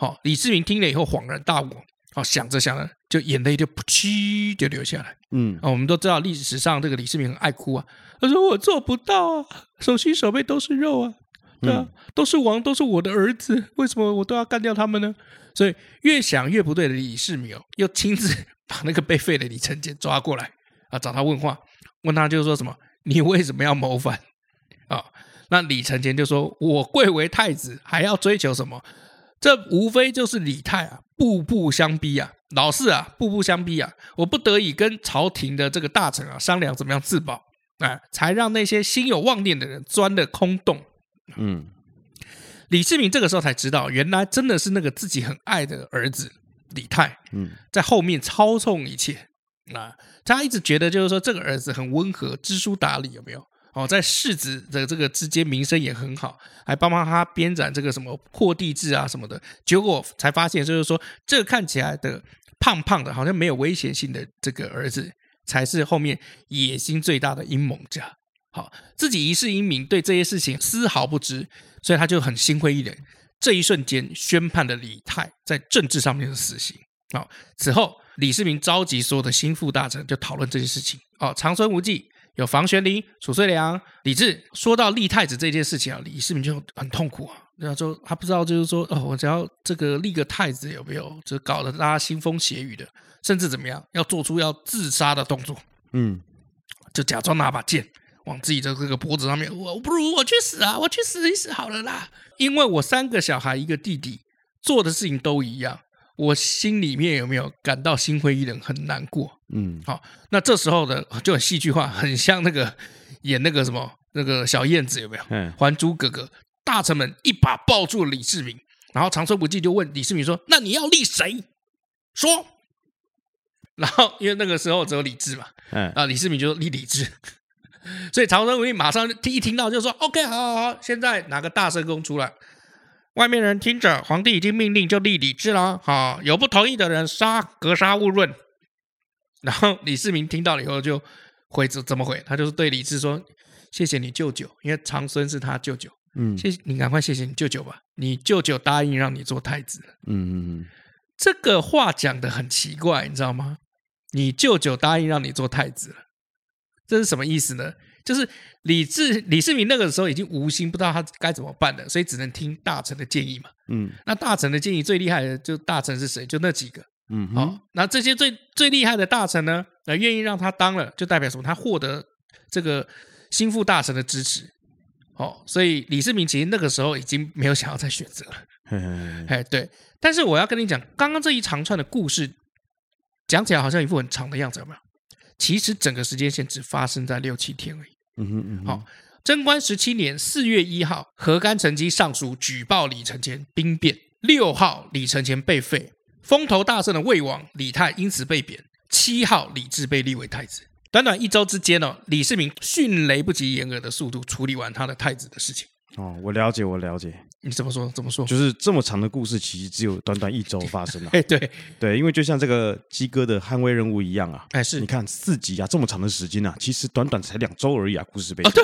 Speaker 1: 好、李世民听了以后恍然大悟，哦，想着想着就眼泪就噗嗤就流下来。
Speaker 2: 嗯
Speaker 1: 啊、我们都知道历史上这个李世民很爱哭啊，他说我做不到啊，手心手背都是肉啊，对啊，都是王，都是我的儿子，为什么我都要干掉他们呢？所以越想越不对的李世民哦，又亲自把那个被废的李承乾抓过来啊，找他问话，问他就说什么，你为什么要谋反啊、那李承乾就说，我贵为太子，还要追求什么？这无非就是李泰啊，步步相逼啊，老是啊，步步相逼啊，我不得已跟朝廷的这个大臣啊商量怎么样自保，哎、才让那些心有妄念的人钻了空洞。
Speaker 2: 嗯
Speaker 1: 李世民这个时候才知道，原来真的是那个自己很爱的儿子李泰
Speaker 2: 嗯
Speaker 1: 在后面操纵一切啊。他一直觉得就是说这个儿子很温和，知书达理，有没有？哦，在世子的这个之间名声也很好，还帮帮他编纂这个什么破地制啊什么的。结果才发现，就是说这个看起来的胖胖的，好像没有危险性的这个儿子，才是后面野心最大的阴谋家。好，自己一世英名，对这些事情丝毫不知，所以他就很心灰意冷。这一瞬间，宣判了李泰在政治上面的死刑。好，哦此后李世民召集所有的心腹大臣，就讨论这件事情。哦，长孙无忌有房玄龄、褚遂良、李治。说到立太子这件事情啊，李世民就很痛苦啊。那就他不知道，就是说，哦，我只要这个立个太子有没有，就搞得大家腥风血雨的，甚至怎么样，要做出要自杀的动作。
Speaker 2: 嗯
Speaker 1: 就假装拿把剑往自己的这个脖子上面，我不如我去死啊，我去死一死好了啦。因为我三个小孩一个弟弟做的事情都一样，我心里面有没有感到心灰意冷，很难过。
Speaker 2: 嗯
Speaker 1: 好，那这时候的就很戏剧化，很像那个演那个什么那个小燕子有没有？
Speaker 2: 哎
Speaker 1: 《还珠格格》，大臣们一把抱住了李世民，然后长孙无忌就问李世民说：“那你要立谁？说。” 然后因为那个时候只有李治嘛，
Speaker 2: 哎
Speaker 1: 啊，李世民就说立李治， 所以长孙无忌马上就一听到就说 OK，好好好，现在拿个大圣公出来，外面人听着，皇帝已经命令就立李治了，好，有不同意的人杀，格杀勿论。然后李世民听到了以后就回怎怎么回？他就是对李治说：“谢谢你舅舅，因为长孙是他舅舅，
Speaker 2: 嗯
Speaker 1: 谢谢你赶快谢谢你舅舅吧，你舅舅答应让你做太子。”
Speaker 2: 嗯嗯
Speaker 1: 这个话讲的很奇怪，你知道吗？你舅舅答应让你做太子了，这是什么意思呢？就是李治李世民那个时候已经无心，不知道他该怎么办了，所以只能听大臣的建议嘛。
Speaker 2: 嗯
Speaker 1: 那大臣的建议最厉害的就大臣是谁？就那几个。
Speaker 2: 嗯哼
Speaker 1: 好，那这些最最厉害的大臣呢，呃，愿意让他当了，就代表什么？他获得这个心腹大臣的支持。哦，所以李世民其实那个时候已经没有想要再选择了。
Speaker 2: 嗯嘿嘿嘿
Speaker 1: 哎，对，但是我要跟你讲，刚刚这一长串的故事讲起来好像一副很长的样子，有没有？其实整个时间线只发生在六七天而已。
Speaker 2: 嗯哼嗯哼
Speaker 1: 好贞观十七年四月一号，河干成机上书举报李承乾兵变。六号，李承乾被废，风头大盛的魏王李泰因此被贬。七号，李治被立为太子。短短一周之间哦，李世民迅雷不及掩耳的速度处理完他的太子的事情。
Speaker 2: 哦，我了解，我了解，
Speaker 1: 你怎么说？怎么说？
Speaker 2: 就是这么长的故事，其实只有短短一周发生 啊。
Speaker 1: 哎，对，
Speaker 2: 对，因为就像这个鸡哥的捍卫任务一样啊，
Speaker 1: 哎是
Speaker 2: 你看四集啊，这么长的时间啊，其实短短才两周而已啊，故事背景。 对，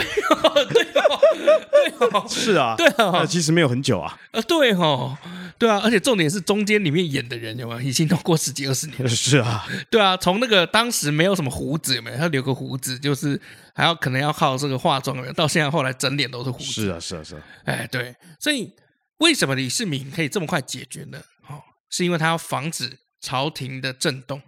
Speaker 2: 是啊，
Speaker 1: 对啊
Speaker 2: 那其实没有很久啊，
Speaker 1: 呃，对哦，对啊，而且重点是中间里面演的人有没有已经都过十几二十 年 了？
Speaker 2: 是啊，
Speaker 1: 对啊，从那个当时没有什么胡子有没有？他留个胡子，就是还要可能要靠这个化妆有没有到现在后来整脸都是胡子。
Speaker 2: 是啊，是啊，是啊，
Speaker 1: 哎，对，所以为什么李世民可以这么快解决呢？哦，是因为他要防止朝廷的震动，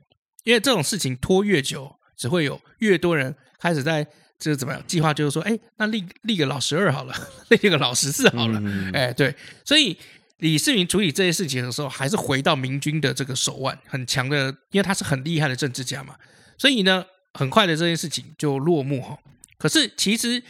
Speaker 1: 因为这种事情拖越久，只会有越多人开始在就是怎么样计划，就是说，哎，那立立个老十二好了， 立个老十四好了，
Speaker 2: 嗯
Speaker 1: 哎，对，所以。李世民处理这些事情的时候，还是回到明君的这个手腕，很强的，因为他是很厉害的政治家嘛，所以呢，很快的这件事情就落幕哈、可是其实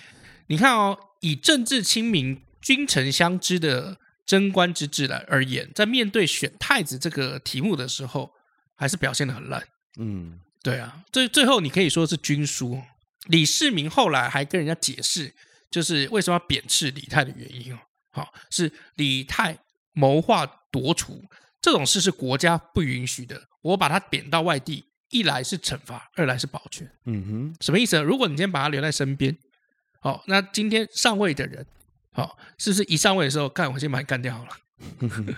Speaker 1: 你看哦，以政治清明、君臣相知的贞观之治来而言，在面对选太子这个题目的时候，还是表现的很烂。
Speaker 2: 嗯，
Speaker 1: 对啊，最最后你可以说是军书。李世民后来还跟人家解释，就是为什么要贬斥李泰的原因哦，好、是李泰谋划夺除这种事是国家不允许的，我把他贬到外地，一来是惩罚，二来是保全。
Speaker 2: 嗯哼，
Speaker 1: 什么意思呢？如果你今天把他留在身边，好、那今天上位的人，好、是不是一上位的时候，干我先把你干掉好了？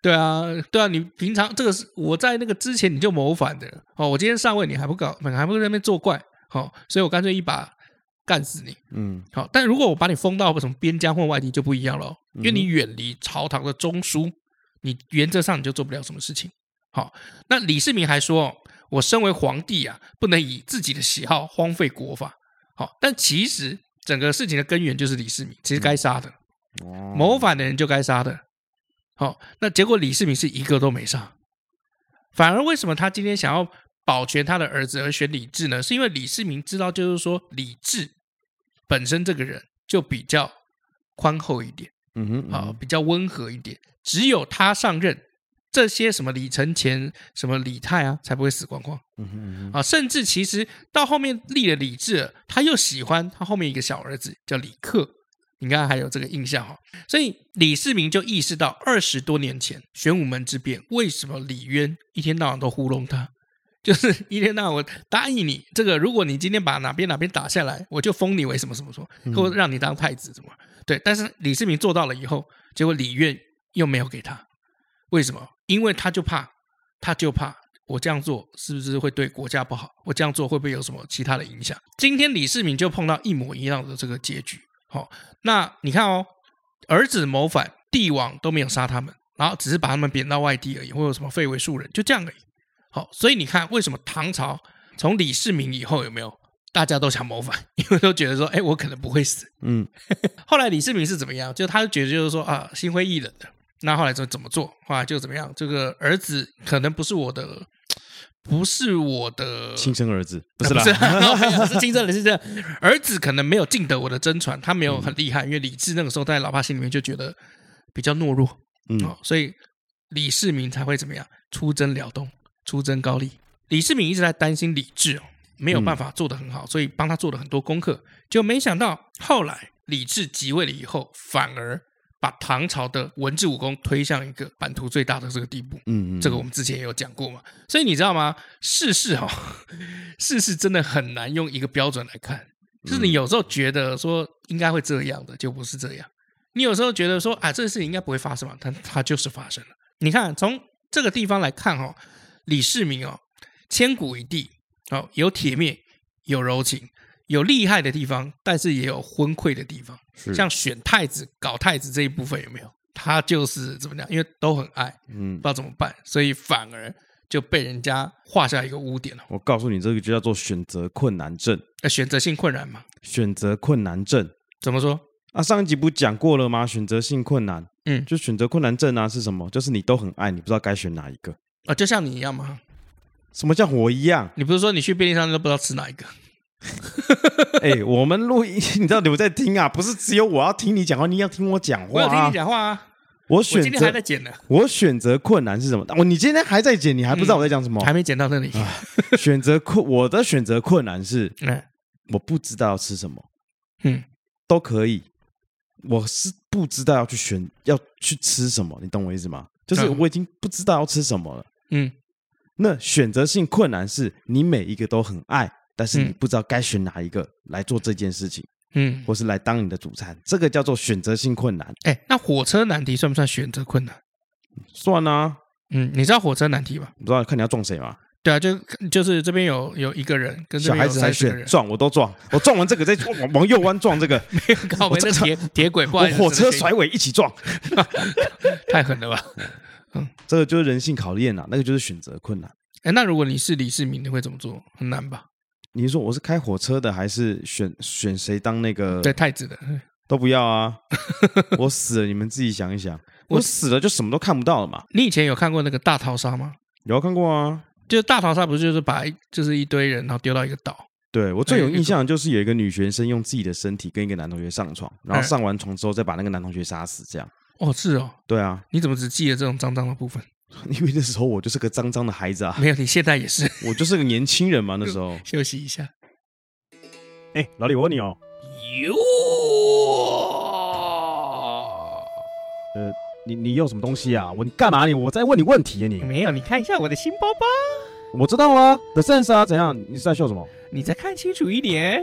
Speaker 1: 对啊，对啊，你平常这个是我在那个之前你就谋反的了哦，我今天上位你还不搞，还不在那边作怪，好、所以我干脆一把干死你。
Speaker 2: 嗯
Speaker 1: 好、但如果我把你封到什么边疆或外地就不一样了哦，因为你远离朝堂的中枢，你原则上你就做不了什么事情。好、那李世民还说哦，我身为皇帝啊，不能以自己的喜好荒废国法。好、但其实整个事情的根源就是李世民，其实该杀的，
Speaker 2: 哦
Speaker 1: 谋反的人就该杀的。好、那结果李世民是一个都没杀，反而为什么他今天想要保全他的儿子而选李治呢？是因为李世民知道，就是说李治本身这个人就比较宽厚一点，
Speaker 2: 嗯哼，
Speaker 1: 啊、
Speaker 2: 嗯
Speaker 1: 比较温和一点。只有他上任，这些什么李承乾、什么李泰啊，才不会死光光。
Speaker 2: 嗯哼嗯哼，
Speaker 1: 啊，甚至其实到后面立了李治了，他又喜欢他后面一个小儿子叫李克，你刚刚还有这个印象哈、哦。所以李世民就意识到二十多年前玄武门之变，为什么李渊一天到晚都糊弄他， 就是一天到晚我答应你这个，如果你今天把哪边哪边打下来，我就封你为什么什么什么，或让你当太子什么。对，但是李世民做到了以后，结果李渊又没有给他，为什么？因为他就怕，他就怕我这样做是不是会对国家不好？我这样做会不会有什么其他的影响？今天李世民就碰到一模一样的这个结局。好、那你看哦，儿子谋反，帝王都没有杀他们，然后只是把他们贬到外地而已，或有什么废为庶人，就这样而已。好、所以你看为什么唐朝从李世民以后有没有大家都想谋反， 因为都觉得说，哎，我可能不会死。
Speaker 2: 嗯，
Speaker 1: 后来李世民是怎么样？就他就觉得就是说啊，心灰意冷的。那后来就怎么做？后来就怎么样？这个儿子可能不是我的，不是我的
Speaker 2: 亲生儿子 不
Speaker 1: 啊
Speaker 2: 是
Speaker 1: 不
Speaker 2: 啦
Speaker 1: 是，没有是亲生的，是这样。儿子可能没有尽得我的真传，他没有很厉
Speaker 2: 嗯
Speaker 1: 害，因为李治那个时候在老爸心里面就觉得比较懦弱，
Speaker 2: 嗯
Speaker 1: 哦，所以李世民才会怎么样出征辽东，出征高丽。李世民一直在担心李治哦，没有办法做得很好，所以帮他做了很多功课。就没想到后来李治即位了以后，反而把唐朝的文治武功推向一个版图最大的这个地步。
Speaker 2: 嗯嗯，
Speaker 1: 这个我们之前也有讲过嘛。所以你知道吗？世事哈、哦， 世事真的很难用一个标准来看。就是你有时候觉得说应该会这样的，就不是这样；你有时候觉得说啊，这个事情应该不会发生嘛，但它就是发生了。你看，从这个地方来看哦，李世民哦，千古一帝哦，有铁面，有柔情，有厉害的地方，但是也有昏聩的地方。
Speaker 2: 是
Speaker 1: 像选太子、搞太子这一部分有没有？他就是怎么讲？因为都很爱，不
Speaker 2: 嗯
Speaker 1: 知，道怎么办，所以反而就被人家画下一个污点了。
Speaker 2: 我告诉你，这个就叫做选择困难症，
Speaker 1: 呃，选择性困难嘛？
Speaker 2: 选择困难症。
Speaker 1: 怎么说？
Speaker 2: 啊，上一集不讲过了吗？选择性困难，
Speaker 1: 嗯
Speaker 2: 就选择困难症啊，是什么？就是你都很爱，你不知道该选哪一个。
Speaker 1: 啊、就像你一样嘛。
Speaker 2: 什么叫我一样？
Speaker 1: 你不是说你去便利商店都不知道吃哪一个？
Speaker 2: 哎、我们录音， 你知道你们在听啊？不是只有我要听你讲话，你要听我讲
Speaker 1: 我
Speaker 2: 话、
Speaker 1: 有听
Speaker 2: 啊。
Speaker 1: 你讲话啊，
Speaker 2: 我
Speaker 1: 我
Speaker 2: 选
Speaker 1: 今天还
Speaker 2: 择
Speaker 1: 在剪呢，
Speaker 2: 我选择困难是什么？我你今天还在剪，你还不知道我在讲什么？
Speaker 1: 嗯还没剪到那里。
Speaker 2: 啊选择困，我的选择困难是
Speaker 1: 嗯
Speaker 2: 我不知道要吃什么，
Speaker 1: 嗯，
Speaker 2: 都可以，我是不知道要去选要去吃什么，你懂我意思吗？就是
Speaker 1: 嗯
Speaker 2: 我已经不知道要吃什么了。
Speaker 1: 嗯
Speaker 2: 那选择性困难是你每一个都很爱，但是你
Speaker 1: 嗯
Speaker 2: 不知道该选哪一个来做这件事情，
Speaker 1: 嗯，
Speaker 2: 或是来当你的主餐，这个叫做选择性困难。
Speaker 1: 哎，那火车难题算不算选择困难？
Speaker 2: 算啊，
Speaker 1: 嗯，你知道火车难题吧？
Speaker 2: 你知道看你要撞谁吗？
Speaker 1: 对啊，就就是这边有有一个人跟这
Speaker 2: 小
Speaker 1: 边
Speaker 2: 孩
Speaker 1: 有
Speaker 2: 子才
Speaker 1: 三十个
Speaker 2: 选
Speaker 1: 人，
Speaker 2: 撞，我都撞， 我撞完这个再往往右弯撞这个，
Speaker 1: 靠
Speaker 2: 我
Speaker 1: 北，
Speaker 2: 这
Speaker 1: 那
Speaker 2: 个
Speaker 1: 铁铁轨，不
Speaker 2: 我
Speaker 1: 好意思，
Speaker 2: 火
Speaker 1: 真
Speaker 2: 车
Speaker 1: 的
Speaker 2: 甩尾一起撞，
Speaker 1: 太狠了吧？
Speaker 2: 这个就是人性考验啊，那个就是选择困难。
Speaker 1: 哎，那如果你是李世民，你会怎么做？很难吧？
Speaker 2: 你说我是开火车的，还是选选谁当那个？
Speaker 1: 对，太子的，嗯
Speaker 2: 都不要 啊！我死了，你们自己想一想。
Speaker 1: 我
Speaker 2: 我死了就什么都看不到了嘛。
Speaker 1: 你以前有看过那个大逃杀吗？
Speaker 2: 有看过啊？
Speaker 1: 就是大逃杀，不是就是把一就是一堆人，然后丢到一个岛，
Speaker 2: 对我最有
Speaker 1: 对
Speaker 2: 印象的就是有一个女学生用自己的身体跟一个男同学上床，然后
Speaker 1: 嗯
Speaker 2: 上完床之后再把那个男同学杀死，这样。
Speaker 1: 哦，是哦，
Speaker 2: 对啊，
Speaker 1: 你怎么只记得这种脏脏的部分？
Speaker 2: 因为那时候我就是个脏脏的孩子啊，
Speaker 1: 没有，你现在也是。，
Speaker 2: 我就是个年轻人嘛。那时候
Speaker 1: 休息一下。
Speaker 2: 哎，老李，我问你哦，
Speaker 1: 哟，
Speaker 2: 你你用什么东西啊？我你干嘛你？我在问你问题啊！你
Speaker 1: 没有，你看一下我的新包包，
Speaker 2: 我知道啊，The Sense 啊，怎样？你是在笑什么？
Speaker 1: 你再看清楚一点。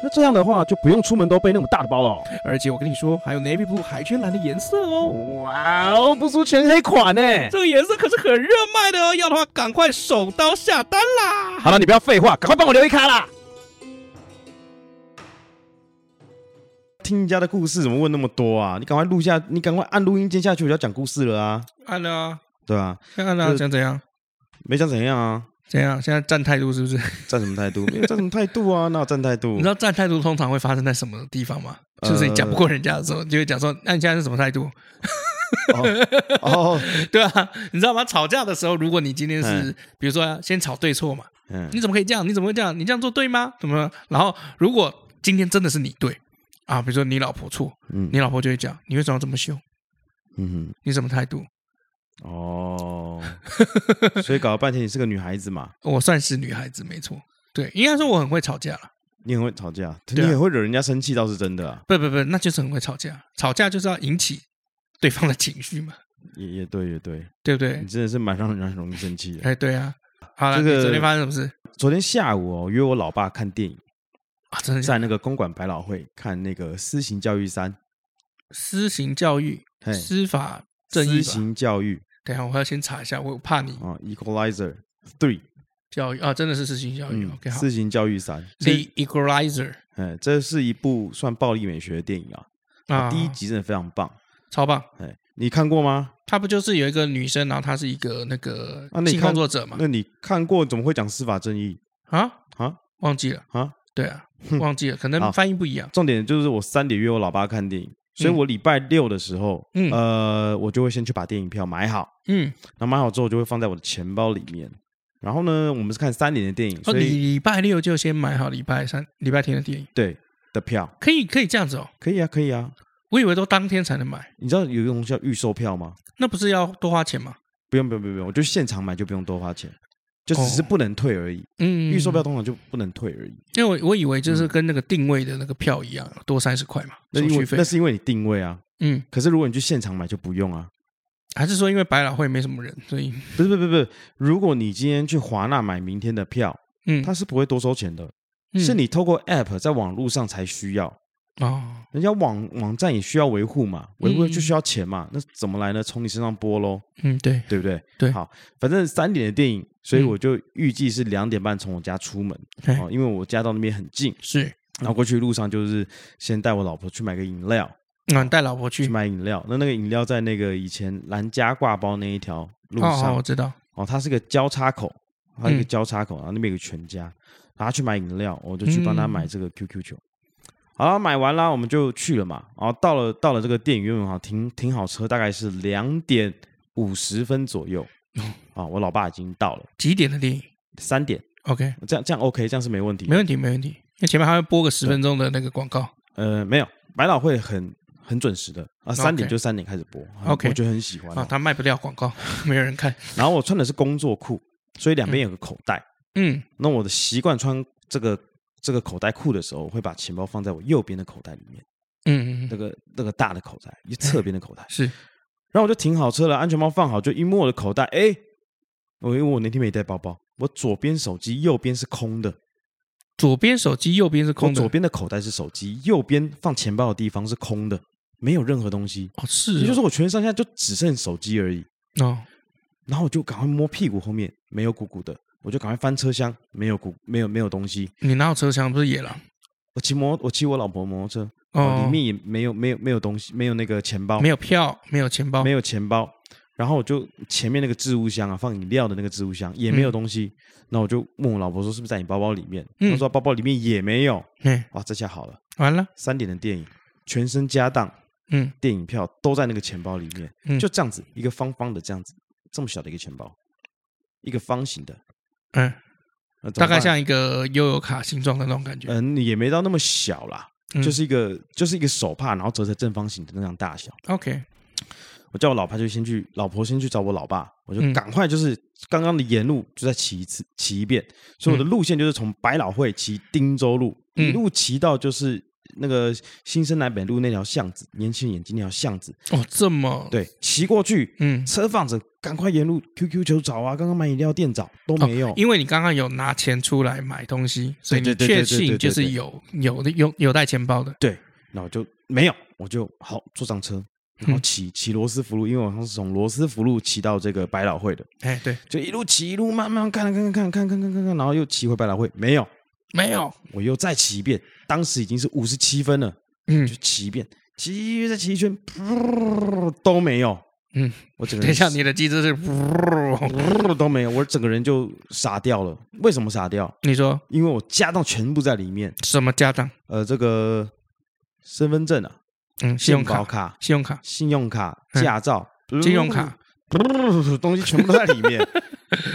Speaker 2: 那这样的话就不用出门都背那么大的包了哦。
Speaker 1: 而且我跟你说，还有 navy blue 海军蓝的颜色哦，
Speaker 2: 哇哦，不出全黑款呢！
Speaker 1: 这个颜色可是很热卖的哦，要的话赶快手刀下单啦！
Speaker 2: 好了，你不要废话，赶快帮我留一卡啦！听人家的故事怎么问那么多啊？你赶快录下，你赶快按录音键下去，我就要讲故事了啊，
Speaker 1: 按了啊，
Speaker 2: 对啊，
Speaker 1: 按
Speaker 2: 啊
Speaker 1: 想怎样？
Speaker 2: 没讲怎样啊，
Speaker 1: 怎样？现在站态度是不是？
Speaker 2: 站什么态度？没有站什么态度啊？哪有站态度
Speaker 1: 你知？道站态度通常会发生在什么地方吗？
Speaker 2: 呃
Speaker 1: 就是你讲不过人家的时候，你就会讲说：“那你现在是什么态度
Speaker 2: 哦，？”
Speaker 1: 对啊，你知道吗？吵架的时候，如果你今天是比如说先吵对错嘛，
Speaker 2: 嗯，
Speaker 1: 你怎么可以这样？你怎么会这样？你这样做对吗？怎么？然后如果今天真的是你对啊，比如说你老婆错，
Speaker 2: 嗯
Speaker 1: 你老婆就会讲：“你为什么要这么凶？
Speaker 2: 嗯
Speaker 1: 你什么态度
Speaker 2: 哼，哦，所以搞了半天你是个女孩子嘛，？”
Speaker 1: 我算是女孩子，没错。对，应该说我很会吵架了。
Speaker 2: 你很会吵架，你
Speaker 1: 对啊
Speaker 2: 很会惹人家生气，倒是真的啊，
Speaker 1: 不不不，那就是很会吵架。吵架就是要引起对方的情绪嘛，
Speaker 2: 也也对也对，
Speaker 1: 对不对
Speaker 2: 你？真的是蛮让人家容易生气的。
Speaker 1: 哎，对啊。好了，
Speaker 2: 嗯这个
Speaker 1: 你昨天发生什么事
Speaker 2: 昨天下午哦，约我老爸看电影，
Speaker 1: 啊？真的假
Speaker 2: 在
Speaker 1: 的
Speaker 2: 那个公馆百老汇看那个《私刑教育三》。
Speaker 1: 私刑教育、
Speaker 2: 嘿，
Speaker 1: 司法正义
Speaker 2: 私
Speaker 1: 吧。
Speaker 2: 刑教育
Speaker 1: 等一下，我要先查一下，我怕你
Speaker 2: 啊，《Equalizer Three》
Speaker 1: 教育啊，真的是私刑教育。
Speaker 2: 嗯，
Speaker 1: OK，好
Speaker 2: 私。刑教育三》这。
Speaker 1: The Equalizer
Speaker 2: 哎，这是一部算暴力美学的电影啊。
Speaker 1: 啊，
Speaker 2: 第一集真的非常棒。
Speaker 1: 超棒。
Speaker 2: 哎，你看过吗？
Speaker 1: 他不就是有一个女生，然后她是一个那个
Speaker 2: 啊那你
Speaker 1: 性
Speaker 2: 看
Speaker 1: 工作者嘛？
Speaker 2: 那你看过怎么会讲司法正义
Speaker 1: 啊，
Speaker 2: 啊？
Speaker 1: 忘记了
Speaker 2: 啊？
Speaker 1: 对啊，忘记了，可能
Speaker 2: 好
Speaker 1: 翻译不一样。
Speaker 2: 重点就是我三点约我老爸看电影，所以
Speaker 1: 嗯
Speaker 2: 我礼拜六的时候，
Speaker 1: 嗯
Speaker 2: 呃，我就会先去把电影票买好。
Speaker 1: 嗯，
Speaker 2: 那买好之后就会放在我的钱包里面。然后呢，我们是看三点的电影，
Speaker 1: 哦，
Speaker 2: 所
Speaker 1: 你
Speaker 2: 以
Speaker 1: 礼拜六就先买好礼拜三、礼拜天的电影，
Speaker 2: 对的票
Speaker 1: 可以可以这样子哦。
Speaker 2: 可以啊，可以啊。
Speaker 1: 我以为都当天才能买，
Speaker 2: 你知道有一个东西叫预售票吗？
Speaker 1: 那不是要多花钱吗？
Speaker 2: 不用不用不用不用，我就现场买就不用多花钱，就只是
Speaker 1: 哦
Speaker 2: 不能退而已。
Speaker 1: 嗯，
Speaker 2: 预售票通常就不能退而已。
Speaker 1: 因为我我以为就是跟那个定位的那个票一样，多三十块嘛，
Speaker 2: 那
Speaker 1: 手
Speaker 2: 因
Speaker 1: 续
Speaker 2: 为
Speaker 1: 费
Speaker 2: 那。是因为你定位啊，
Speaker 1: 嗯，
Speaker 2: 可是如果你去现场买就不用啊。
Speaker 1: 还是说因为百老汇没什么人，所以
Speaker 2: 不是不是不是不是，如果你今天去华纳买明天的票，
Speaker 1: 嗯，
Speaker 2: 它是不会多收钱的，
Speaker 1: 嗯
Speaker 2: 是你透过 App 在网络上才需要。
Speaker 1: 哦，
Speaker 2: 人家网网站也需要维护嘛，维护
Speaker 1: 嗯
Speaker 2: 就需要钱嘛，那怎么来呢？从你身上拨喽，
Speaker 1: 嗯，对，
Speaker 2: 对不对？
Speaker 1: 对
Speaker 2: 好，反正三点的电影，所以
Speaker 1: 嗯
Speaker 2: 我就预计是两点半从我家出门，
Speaker 1: 嘿
Speaker 2: 哦，因为我家到那边很近，
Speaker 1: 是，
Speaker 2: 然后过去路上就是先带我老婆去买个饮料，
Speaker 1: 那啊你带老婆去
Speaker 2: 去买饮料。那那个饮料在那个以前兰家挂包那一条路
Speaker 1: 哦，好，
Speaker 2: 上，
Speaker 1: 我
Speaker 2: 哦
Speaker 1: 知道，
Speaker 2: 它是个交叉口，它是一个
Speaker 1: 嗯
Speaker 2: 交叉口，然后那边有个全家，然后她去买饮料，我就去帮她
Speaker 1: 嗯
Speaker 2: 买这个 QQ 球。好了，买完啦，我们就去了嘛。然后到了到了这个电影院哈，停停好车，大概是两点五十分左右。
Speaker 1: 哦
Speaker 2: 啊，我老爸已经到了，
Speaker 1: 几点的电影
Speaker 2: 三点，
Speaker 1: ？OK，
Speaker 2: 这样这样 OK，这样是没问题的。
Speaker 1: 没问题，没问题。那前面还会播个十分钟的那个广告。
Speaker 2: 呃，没有，百老汇很很准时的啊，三点
Speaker 1: OK
Speaker 2: 就三点开始播啊
Speaker 1: OK
Speaker 2: 我觉得很喜欢啊、
Speaker 1: 啊，他卖不掉广告， 没有人看。
Speaker 2: 然后我穿的是工作裤，所以两边有个口袋。
Speaker 1: 嗯，
Speaker 2: 那我的习惯穿这个这个口袋裤的时候，我会把钱包放在我右边的口袋里面，
Speaker 1: 嗯，嗯
Speaker 2: 那
Speaker 1: 嗯
Speaker 2: 个那个大的口袋，一侧边的口袋。
Speaker 1: 是
Speaker 2: 然后我就停好车了，安全帽放好，就一摸我的口袋，哎，我因为我那天没带包包，我左边手机，右边是空的，
Speaker 1: 左边手机，右边是
Speaker 2: 我
Speaker 1: 空的。
Speaker 2: 左边的口袋是手机，右边放钱包的地方是空的，没有任何东西，
Speaker 1: 哦，是哦，
Speaker 2: 也就是说我全身上下就只剩手机而已。
Speaker 1: 哦，
Speaker 2: 然后我就赶快摸屁股后面，没有鼓鼓的，我就赶快翻车厢，没有鼓，没有没有东西。
Speaker 1: 你哪有车厢？不是野狼？
Speaker 2: 我骑摩，我骑我老婆摩托车，
Speaker 1: 哦，
Speaker 2: 里面也没有没有没有东西，没有那个钱包，
Speaker 1: 没有票，没有钱包，
Speaker 2: 没有钱包。然后我就前面那个置物箱啊，放饮料的那个置物箱也没有东西。那、我就问我老婆说，是不是在你包包里面？
Speaker 1: 嗯
Speaker 2: 她说啊包包里面也没有。
Speaker 1: 嗯，
Speaker 2: 哇，这下好了，
Speaker 1: 完了，
Speaker 2: 三点的电影，全身家当，
Speaker 1: 嗯，
Speaker 2: 电影票都在那个钱包里面。
Speaker 1: 嗯
Speaker 2: 就这样子，一个方方的这样子，这么小的一个钱包，一个方形的，
Speaker 1: 嗯，
Speaker 2: 那怎
Speaker 1: 大
Speaker 2: 么
Speaker 1: 概
Speaker 2: 办
Speaker 1: 像一个悠游卡形状的那种感觉。
Speaker 2: 嗯，也没到那么小啦，
Speaker 1: 嗯
Speaker 2: 就是一个就是一个手帕，然后折成正方形的那样大小。
Speaker 1: OK，
Speaker 2: 我叫我老爸就先去，老婆先去找我老爸，我就
Speaker 1: 嗯
Speaker 2: 赶快就是刚刚的沿路就再骑一次，骑一遍。所以我的路线就是从百老汇骑汀州路，
Speaker 1: 嗯
Speaker 2: 一路骑到就是那个新生南北路那条巷子，年轻人眼睛那条巷子，
Speaker 1: 哦，这么，
Speaker 2: 对，骑过去。
Speaker 1: 嗯，
Speaker 2: 车放着，赶快沿路 QQ 球找啊，刚刚买饮料店找都
Speaker 1: 哦
Speaker 2: 没有，
Speaker 1: 因为你刚刚有拿钱出来买东西，所以你
Speaker 2: 对对对
Speaker 1: 确
Speaker 2: 对对
Speaker 1: 信
Speaker 2: 对
Speaker 1: 就
Speaker 2: 对
Speaker 1: 是
Speaker 2: 对
Speaker 1: 有有的有有带钱包的。
Speaker 2: 对，那我就没有，我就好坐上车，然后
Speaker 1: 嗯
Speaker 2: 骑骑罗斯福路，因为我当时从罗斯福路骑到这个百老汇的，
Speaker 1: 哎，对，
Speaker 2: 就一路骑一路慢慢看看看看看看看看看，然后又骑回百老汇，没有，
Speaker 1: 没有，
Speaker 2: 我又再骑一遍，当时已经是五十七分了，
Speaker 1: 嗯
Speaker 2: 就，骑一遍，骑再骑一圈，噗都没有，
Speaker 1: 嗯，
Speaker 2: 我整个
Speaker 1: 等
Speaker 2: 人
Speaker 1: 一下，你的机子是，
Speaker 2: 噗都没有，我整个人就傻掉了。为什么傻掉？
Speaker 1: 你说
Speaker 2: 因为我家当全部在里面，
Speaker 1: 什么家当？
Speaker 2: 呃，这个身份证啊，
Speaker 1: 嗯，信用
Speaker 2: 健保
Speaker 1: 卡，
Speaker 2: 卡
Speaker 1: 信用卡，
Speaker 2: 信用卡、
Speaker 1: 嗯
Speaker 2: 驾照、
Speaker 1: 信用卡，
Speaker 2: 东西全部都在里 面，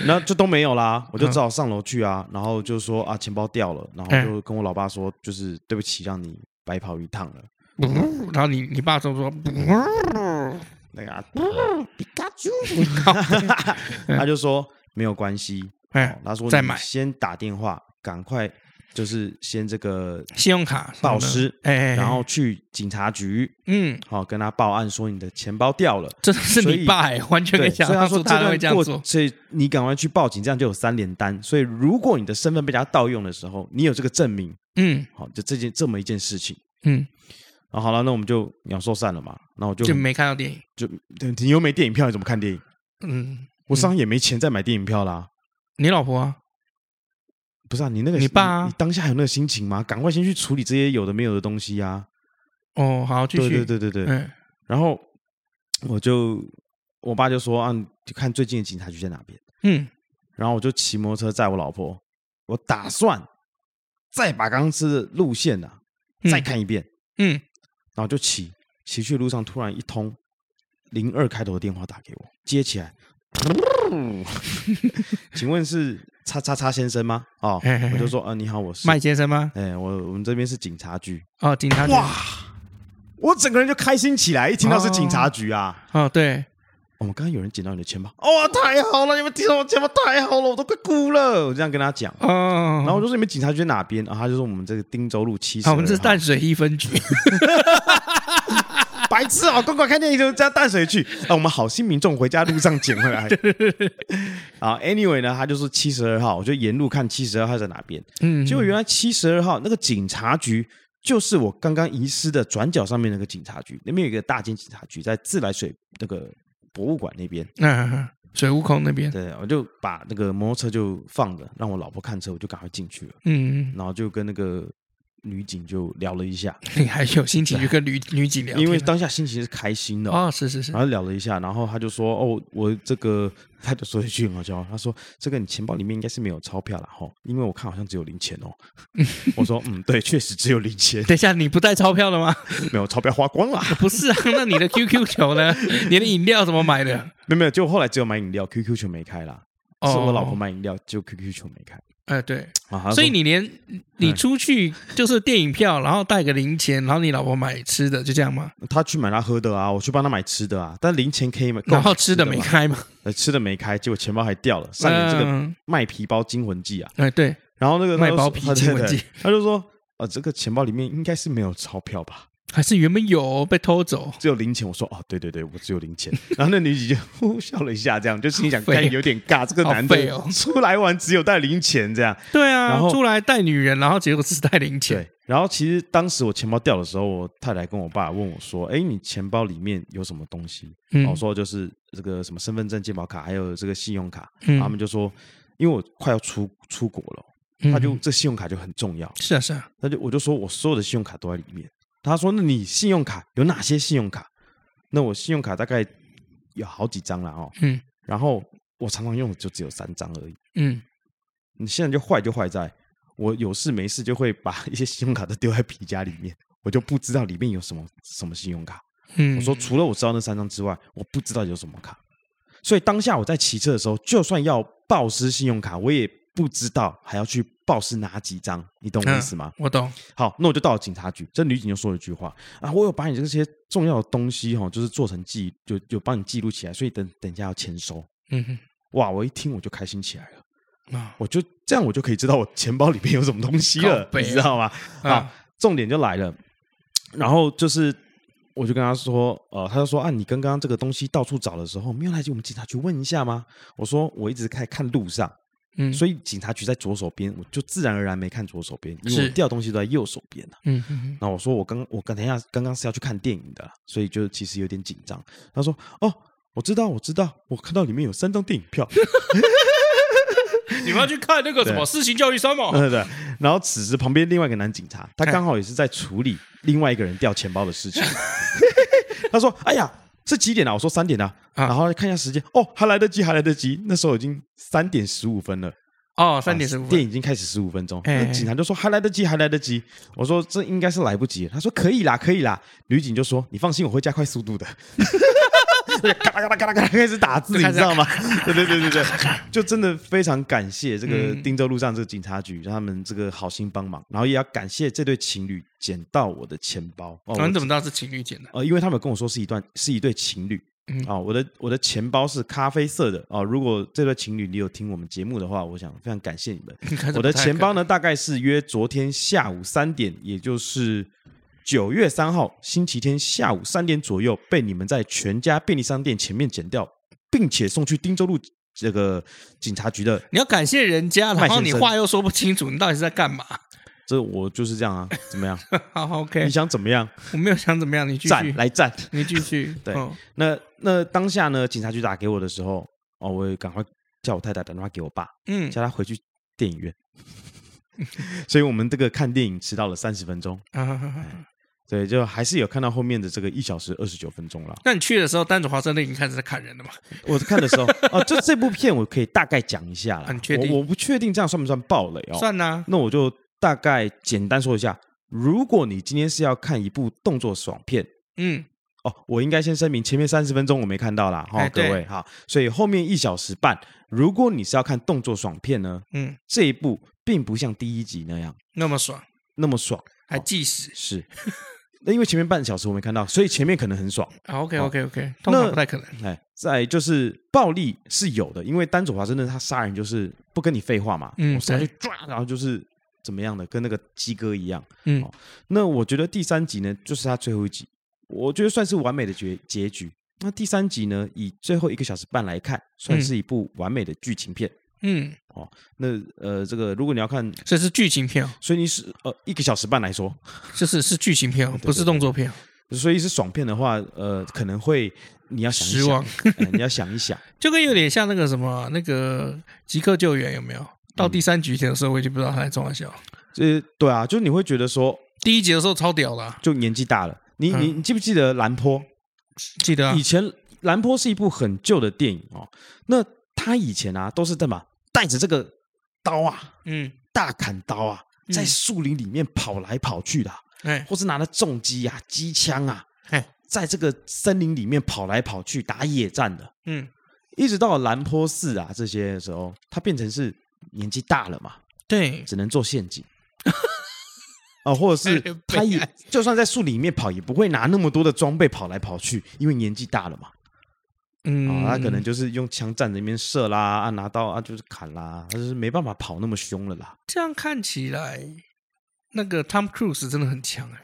Speaker 2: 然后就都没有啦，我就只好上楼去啊，然后就说啊钱包掉了，然后
Speaker 1: 嗯
Speaker 2: 就跟我老爸说，就是对不起，让你白跑一趟了。
Speaker 1: 然后你你爸就说，
Speaker 2: 那个啊，
Speaker 1: 嗯
Speaker 2: 皮卡丘， 他就说没有关系，
Speaker 1: 哎，
Speaker 2: 他说
Speaker 1: 嗯再
Speaker 2: 你
Speaker 1: 买
Speaker 2: 先打电话，赶快就是先这个
Speaker 1: 信用卡
Speaker 2: 报
Speaker 1: 什么的
Speaker 2: 失，
Speaker 1: 哎哎，哎
Speaker 2: 然后去警察局，
Speaker 1: 嗯，
Speaker 2: 好跟他报案说你的钱包掉了。
Speaker 1: 这是
Speaker 2: 所
Speaker 1: 你
Speaker 2: 以
Speaker 1: 爸哎，完全可
Speaker 2: 对，
Speaker 1: 以想
Speaker 2: 所以他
Speaker 1: 象
Speaker 2: 说
Speaker 1: 出他
Speaker 2: 这
Speaker 1: 会这
Speaker 2: 段
Speaker 1: 样
Speaker 2: 过，
Speaker 1: 做。
Speaker 2: 所以你赶快去报警，这样就有三连单。所以如果你的身份被他盗用的时候，你有这个证明，
Speaker 1: 嗯
Speaker 2: 好，就这件这么一件事情。
Speaker 1: 嗯，
Speaker 2: 然后好了，那我们就鸟兽散了嘛。那我就
Speaker 1: 就没看到电影。
Speaker 2: 就对你又没电影票，你怎么看电影？
Speaker 1: 嗯，
Speaker 2: 我身上也没钱再买电影票啦。
Speaker 1: 你老婆啊？
Speaker 2: 不是啊，你那个
Speaker 1: 你爸啊
Speaker 2: 你，你当下有那个心情吗？赶快先去处理这些有的没有的东西啊。
Speaker 1: 哦，好，继
Speaker 2: 对
Speaker 1: 续。
Speaker 2: 对对对对。
Speaker 1: 嗯
Speaker 2: 然后我就我爸就说啊，你就看最近的警察局在哪边。
Speaker 1: 嗯，
Speaker 2: 然后我就骑摩托车载我老婆，我打算再把刚刚吃的路线呢、
Speaker 1: 嗯
Speaker 2: 再看一遍，
Speaker 1: 嗯，
Speaker 2: 然后就骑骑去路上，突然一通零二开头的电话打给我，接起 来，请问是叉叉叉先生吗？哦
Speaker 1: 嘿嘿嘿，
Speaker 2: 我就说啊、呃你好，我是
Speaker 1: 麦，先生吗？
Speaker 2: 哎，我我们这边是警察局，
Speaker 1: 哦，警察局。
Speaker 2: 哇，我整个人就开心起来，一听到是警察局啊。
Speaker 1: 哦，对，
Speaker 2: 我们刚刚有人捡到你的钱包，哇、太好了！你们捡到我钱包太好了，我都快哭了。我这样跟他讲，啊
Speaker 1: 哦，
Speaker 2: 然后我就说你们警察局在哪边？啊然后他就说我们这个汀州路七十二
Speaker 1: 好，啊我
Speaker 2: 号。
Speaker 1: 们这是淡水一分局。
Speaker 2: 白痴哦，公馆看电影就加淡水去啊！我们好心民众回家路上捡回 来。啊，anyway 呢，他就说七十二号，我就沿路看七十二号在哪边。
Speaker 1: 嗯，
Speaker 2: 结果原来七十二号那个警察局就是我刚刚遗失的转角上面那个警察局，那边有一个大间警察局在自来水那个博物馆那 边。
Speaker 1: 那嗯水乌孔那边。
Speaker 2: 对，我就把那个摩托车就放着，让我老婆看车，我就赶快进去了，
Speaker 1: 嗯，
Speaker 2: 然后就跟那个女警就聊了一下。
Speaker 1: 你还有心情去跟女女警聊天啊？
Speaker 2: 因为当下心情是开心的，
Speaker 1: 哦，是是是
Speaker 2: 然，后聊了一下，然后他就说：“哦，我这个，他就说一句很好笑，他说这个你钱包里面应该是没有钞票了哈，吼因为我看好像只有零钱 哦。”我说：“嗯，对，确实只有零钱，
Speaker 1: 等一下，你不带钞票了吗？
Speaker 2: 没有钞票花光了。
Speaker 1: 不是啊，那你的 QQ 球呢？ 你的饮料怎么买的？
Speaker 2: 没有没有，结果后来只有买饮料，QQ 球没开啦，
Speaker 1: 哦
Speaker 2: 是我老婆买饮料，结果 QQ 球没开。
Speaker 1: 哎，对，
Speaker 2: 啊，他
Speaker 1: 所以
Speaker 2: 说
Speaker 1: 你连你出去就是电影票，然后带个零钱，然后你老婆买吃的，就这样吗？
Speaker 2: 他去买他喝的啊，我去帮他买吃的啊，但零钱可以买，
Speaker 1: 然后
Speaker 2: 够
Speaker 1: 吃的没
Speaker 2: 嘛，
Speaker 1: 开吗？
Speaker 2: 呃，吃的没开，结果钱包还掉了，上演这个
Speaker 1: 嗯，
Speaker 2: 卖皮包惊魂记啊，
Speaker 1: 哎，对，
Speaker 2: 然后那个他
Speaker 1: 卖
Speaker 2: 就
Speaker 1: 包
Speaker 2: 说
Speaker 1: 皮
Speaker 2: 他对
Speaker 1: 惊魂
Speaker 2: 对
Speaker 1: 记
Speaker 2: 他就 说，呃，这个钱包里面应该是没有钞票吧，
Speaker 1: 还是原本有被偷走，
Speaker 2: 只有零钱。我说，哦，对对对，我只有零钱。 然后那女姐就呼笑了一下，这样就心里想，
Speaker 1: 好废哦
Speaker 2: 看有点尬，这个男
Speaker 1: 好废
Speaker 2: 的
Speaker 1: 哦
Speaker 2: 出来玩只有带零钱 这样。
Speaker 1: 对
Speaker 2: 然
Speaker 1: 啊，
Speaker 2: 后
Speaker 1: 出来带女人，然后结果是带零钱，
Speaker 2: 对，然后其实当时我钱包掉的时候，我太太跟我爸问我说：“哎，你钱包里面有什么东西？”
Speaker 1: 嗯
Speaker 2: 我说就是这个什么身份证、健保卡，还有这个信用卡。啊
Speaker 1: 嗯
Speaker 2: 他们就说，因为我快要出出国了，
Speaker 1: 嗯
Speaker 2: 他就这信用卡就很重要。
Speaker 1: 是啊是啊，
Speaker 2: 他就我就说我所有的信用卡都在里面。他说：“那你信用卡有哪些信用卡？”那我信用卡大概有好几张了哦。
Speaker 1: 嗯
Speaker 2: 然后我常常用的就只有三张而已。
Speaker 1: 嗯，
Speaker 2: 你现在就坏就坏在，我有事没事就会把一些信用卡都丢在皮夹里面，我就不知道里面有什么什么信用卡。
Speaker 1: 嗯，
Speaker 2: 我说除了我知道那三张之外，我不知道有什么卡。所以当下我在骑车的时候，就算要报失信用卡，我也不知道还要去报失哪几张，你懂我意思吗？
Speaker 1: 我懂，
Speaker 2: 好，那我就到了警察局。这女警就说了一句话啊，我有把你这些重要的东西哈、哦，就是做成记，就就帮你记录起来，所以等等一下要签收。
Speaker 1: 嗯
Speaker 2: 哇，我一听我就开心起来了。
Speaker 1: 哼啊，
Speaker 2: 我就这样，我就可以知道我钱包里面有什么东西了
Speaker 1: 靠，
Speaker 2: 你
Speaker 1: 北啊
Speaker 2: 知道吗？
Speaker 1: 啊
Speaker 2: 啊，重点就来了，然后就是我就跟他说，呃，他就说啊，你刚刚这个东西到处找的时候，没有来我们警察局问一下吗？我说我一直在看路上，
Speaker 1: 嗯，
Speaker 2: 所以警察局在左手边，我就自然而然没看左手边，因为
Speaker 1: 是
Speaker 2: 我掉东西都在右手边啊。
Speaker 1: 嗯嗯
Speaker 2: 那我说我刚我刚等一下刚刚是要去看电影的啦，所以就其实有点紧张。他说哦，我知道我知道，我看到里面有三张电影票。
Speaker 1: 嗯，你们要去看那个什么事情教育三嘛？
Speaker 2: 对对。然后此时旁边另外一个男警察，他刚好也是在处理另外一个人掉钱包的事情。他说：“哎呀，是几点啊？”我说：“三点啊。
Speaker 1: 啊
Speaker 2: 然后看一下时间，哦，还来得及，还来得及。那时候已经三点十五分了，
Speaker 1: 哦，三点十五
Speaker 2: 电
Speaker 1: 分，
Speaker 2: 影已经开始十五分钟。
Speaker 1: 哎
Speaker 2: 那警察就说：“还来得及，还来得及。”我说：“这应该是来不及。”他说：“可以啦，可以啦。”女警就说：“你放心，我会加快速度 的。”咔啦咔啦咔啦咔啦开始打 字，嗯
Speaker 1: 就
Speaker 2: 你
Speaker 1: 开始
Speaker 2: 知道吗？对对对对对，就真的非常感谢这个汀州路上这个警察局，让他们这个好心帮忙，然后也要感谢这对情侣捡到我的钱包。哦，
Speaker 1: 哦你怎么知道是情侣剪的？
Speaker 2: 呃，因为他们有跟我说是一段是一对情侣。
Speaker 1: 嗯
Speaker 2: 啊、我的我的钱包是咖啡色的哦。如果这对情侣你有听我们节目的话，我想非常感谢你们。
Speaker 1: 开始
Speaker 2: 我的
Speaker 1: 不太
Speaker 2: 钱
Speaker 1: 可
Speaker 2: 包呢，大概是约昨天下午三点，也就是九月三号星期天下午三点左右，被你们在全家便利商店前面捡掉，并且送去汀州路这个警察局的。
Speaker 1: 你要感谢人家，
Speaker 2: 麦
Speaker 1: 然后
Speaker 2: 先
Speaker 1: 你
Speaker 2: 生
Speaker 1: 话又说不清楚，你到底是在干嘛？
Speaker 2: 这我就是这样啊，怎么样？
Speaker 1: 好
Speaker 2: 你
Speaker 1: ，OK，
Speaker 2: 想怎么样？
Speaker 1: 我没有想怎么样，你继
Speaker 2: 站
Speaker 1: 续，
Speaker 2: 来站。
Speaker 1: 你继续，
Speaker 2: 对
Speaker 1: 嗯
Speaker 2: 那那当下呢，警察局打给我的时候，哦，我也赶快叫我太太打电话给我爸，
Speaker 1: 嗯
Speaker 2: 叫他回去电影院。 所以我们这个看电影迟到了三十分钟，嗯
Speaker 1: 啊。
Speaker 2: 对，就还是有看到后面的这个一小时二十九分钟了。
Speaker 1: 那你去的时候，丹佐华盛顿已经开始在砍人了嘛？
Speaker 2: 我看的时候，哦，就这部片我可以大概讲一下了。
Speaker 1: 啊你确定
Speaker 2: 我我不确定这样算不算暴雷哦。
Speaker 1: 算啦，
Speaker 2: 那我就大概简单说一下。如果你今天是要看一部动作爽片，
Speaker 1: 嗯，
Speaker 2: 哦，我应该先声明，前面三十分钟我没看到啦，哈、
Speaker 1: 哎
Speaker 2: 各
Speaker 1: 对
Speaker 2: 位哈，所以后面一小时半，如果你是要看动作爽片呢，
Speaker 1: 嗯，
Speaker 2: 这一部并不像第一集那样
Speaker 1: 那么爽，
Speaker 2: 那么爽，
Speaker 1: 还计时。
Speaker 2: 是， 那因为前面半小时我没看到，所以前面可能很爽。
Speaker 1: OK，OK，OK，通常
Speaker 2: 哦那
Speaker 1: 不太可能。
Speaker 2: 哎，再就是暴力是有的，因为丹佐华盛顿他杀人就是不跟你废话嘛，
Speaker 1: 嗯
Speaker 2: 我上去
Speaker 1: 对
Speaker 2: 抓，然后就是怎么样的，跟那个鸡哥一样。
Speaker 1: 嗯
Speaker 2: 哦，那我觉得第三集呢，就是他最后一集，我觉得算是完美的结结局。那第三集呢，以最后一个小时半来看，算是一部完美的剧情片。
Speaker 1: 嗯，
Speaker 2: 那呃，这个如果你要看，
Speaker 1: 这是剧情片哦，
Speaker 2: 所以你是呃一个小时半来说，
Speaker 1: 就是是剧情片哦，不是动作片哦，
Speaker 2: 所以是爽片的话，呃，可能会你要想一想
Speaker 1: 失望。
Speaker 2: 哎你要想一想。
Speaker 1: 就跟有点像那个什么那个即刻救援有没有？到第三集的时候，我已经不知道他在中玩笑。
Speaker 2: 这对啊，就是你会觉得说，
Speaker 1: 第一集的时候超屌的啊、
Speaker 2: 就年纪大了。你你
Speaker 1: 嗯
Speaker 2: 你记不记得蓝坡？
Speaker 1: 记得啊
Speaker 2: 以，前蓝坡是一部很旧的电影哦。那他以前啊，都是在嘛带着这个刀啊，
Speaker 1: 嗯，
Speaker 2: 大砍刀啊，
Speaker 1: 嗯
Speaker 2: 在树林里面跑来跑去的啊、
Speaker 1: 哎，
Speaker 2: 或是拿着重机啊、机枪啊
Speaker 1: 嘿，
Speaker 2: 在这个森林里面跑来跑去打野战的。
Speaker 1: 嗯，
Speaker 2: 一直到蓝坡四啊这些的时候，他变成是年纪大了嘛，
Speaker 1: 对，
Speaker 2: 只能做陷阱。 哦，或者
Speaker 1: 哎
Speaker 2: 是他
Speaker 1: 悲
Speaker 2: 也
Speaker 1: 哀
Speaker 2: 就算在树里面跑，也不会拿那么多的装备跑来跑去，因为年纪大了嘛。
Speaker 1: 嗯，
Speaker 2: 啊、他可能就是用枪站着那边射啦，啊，拿刀啊，就是砍啦，他就是没办法跑那么凶了啦。
Speaker 1: 这样看起来，那个 Tom Cruise 真的很强哎、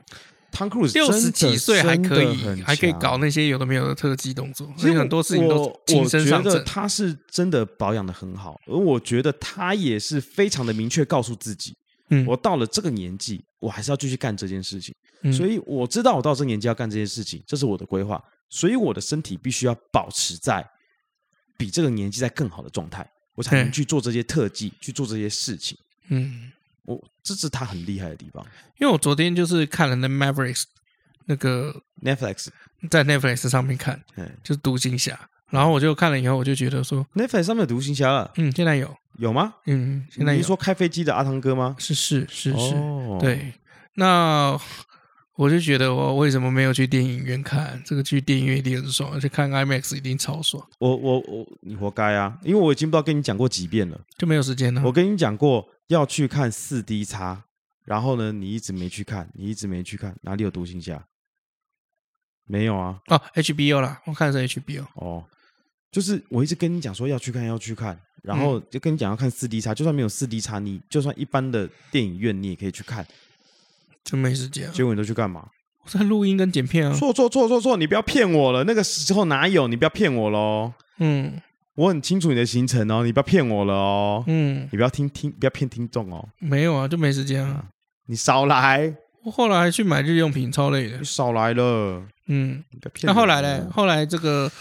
Speaker 2: 汤克鲁斯
Speaker 1: 六十几岁还可以，还可以搞
Speaker 2: 那。
Speaker 1: 那些有的没有的特技动作，
Speaker 2: 其
Speaker 1: 所
Speaker 2: 实
Speaker 1: 以
Speaker 2: 我
Speaker 1: 很多事情都
Speaker 2: 我
Speaker 1: 亲身上
Speaker 2: 我觉得
Speaker 1: 阵。
Speaker 2: 他是真的保养的很好，而我觉得他也是非常的明确告诉自己，
Speaker 1: 嗯
Speaker 2: 我到了这个年纪，我还是要继续干这件事情。
Speaker 1: 嗯
Speaker 2: 所以我知道我到这个年纪要干这件事情，这是我的规划，所以我的身体必须要保持在比这个年纪在更好的状态，我才能
Speaker 1: 嗯
Speaker 2: 去做这些特技，去做这些事情。
Speaker 1: 嗯，
Speaker 2: 我这是他很厉害的地方。
Speaker 1: 因为我昨天就是看了那 Mavericks 那个
Speaker 2: Netflix，
Speaker 1: 在 Netflix 上面看，
Speaker 2: 嗯
Speaker 1: 就是独行侠，然后我就看了以后，我就觉得说，
Speaker 2: ，Netflix 上面有独行侠了，
Speaker 1: 嗯，现在有，
Speaker 2: 有吗？
Speaker 1: 嗯，现在
Speaker 2: 你
Speaker 1: 有
Speaker 2: 是，说开飞机的阿汤哥吗？
Speaker 1: 是是是是，
Speaker 2: 哦，
Speaker 1: 对，那我就觉得我为什么没有去电影院看？这个去电影院一定很爽，而且看 IMAX 一定超爽，
Speaker 2: 我我我，你活该啊！因为我已经不知道跟你讲过几遍了。
Speaker 1: 就没有时间了。
Speaker 2: 我跟你讲过要去看四 D 叉，然后呢，你一直没去看，你一直没去看，哪里有独行侠？没有啊，
Speaker 1: 哦，HBO 啦，我看的是 HBO。
Speaker 2: 哦，就是我一直跟你讲说要去看，要去看，然
Speaker 1: 嗯
Speaker 2: 后就跟你讲要看四 D 叉，就算没有四 D 叉，你就算一般的电影院你也可以去看，
Speaker 1: 嗯就没时间啊。
Speaker 2: 结果你都去干嘛？
Speaker 1: 我在录音跟剪片啊。
Speaker 2: 错错错错错！你不要骗我了，那个时候哪有？你不要骗我喽！
Speaker 1: 嗯
Speaker 2: 我很清楚你的行程哦，你不要骗我了哦，
Speaker 1: 嗯，
Speaker 2: 你不要听听，不要骗听众哦。
Speaker 1: 没有啊，就没时间啊。
Speaker 2: 你少来，
Speaker 1: 我后来还去买日用品，超累的
Speaker 2: 你。少来了，
Speaker 1: 嗯，
Speaker 2: 你不要骗人哦
Speaker 1: 那后来嘞
Speaker 2: 了？？
Speaker 1: 后来这个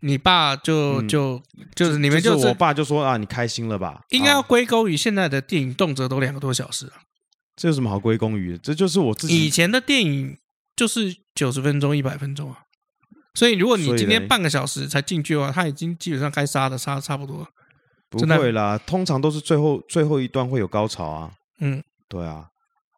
Speaker 1: 你爸就
Speaker 2: 嗯
Speaker 1: 就就是你们
Speaker 2: 就是我爸就说啊，你开心了吧？
Speaker 1: 应该要
Speaker 2: 啊
Speaker 1: 归功于现在的电影动辄都两个多小时啊，
Speaker 2: 这有什么好归功于的？这就是我自
Speaker 1: 以
Speaker 2: 己。
Speaker 1: 前的电影就是九十分钟、一百分钟啊。所以如果你
Speaker 2: 所以
Speaker 1: 今
Speaker 2: 嘞
Speaker 1: 天半个小时才进去的话，他已经基本上该杀的杀得差不多了。
Speaker 2: 不
Speaker 1: 真的
Speaker 2: 会啦，通常都是最后最后一段会有高潮啊。
Speaker 1: 嗯，
Speaker 2: 对啊。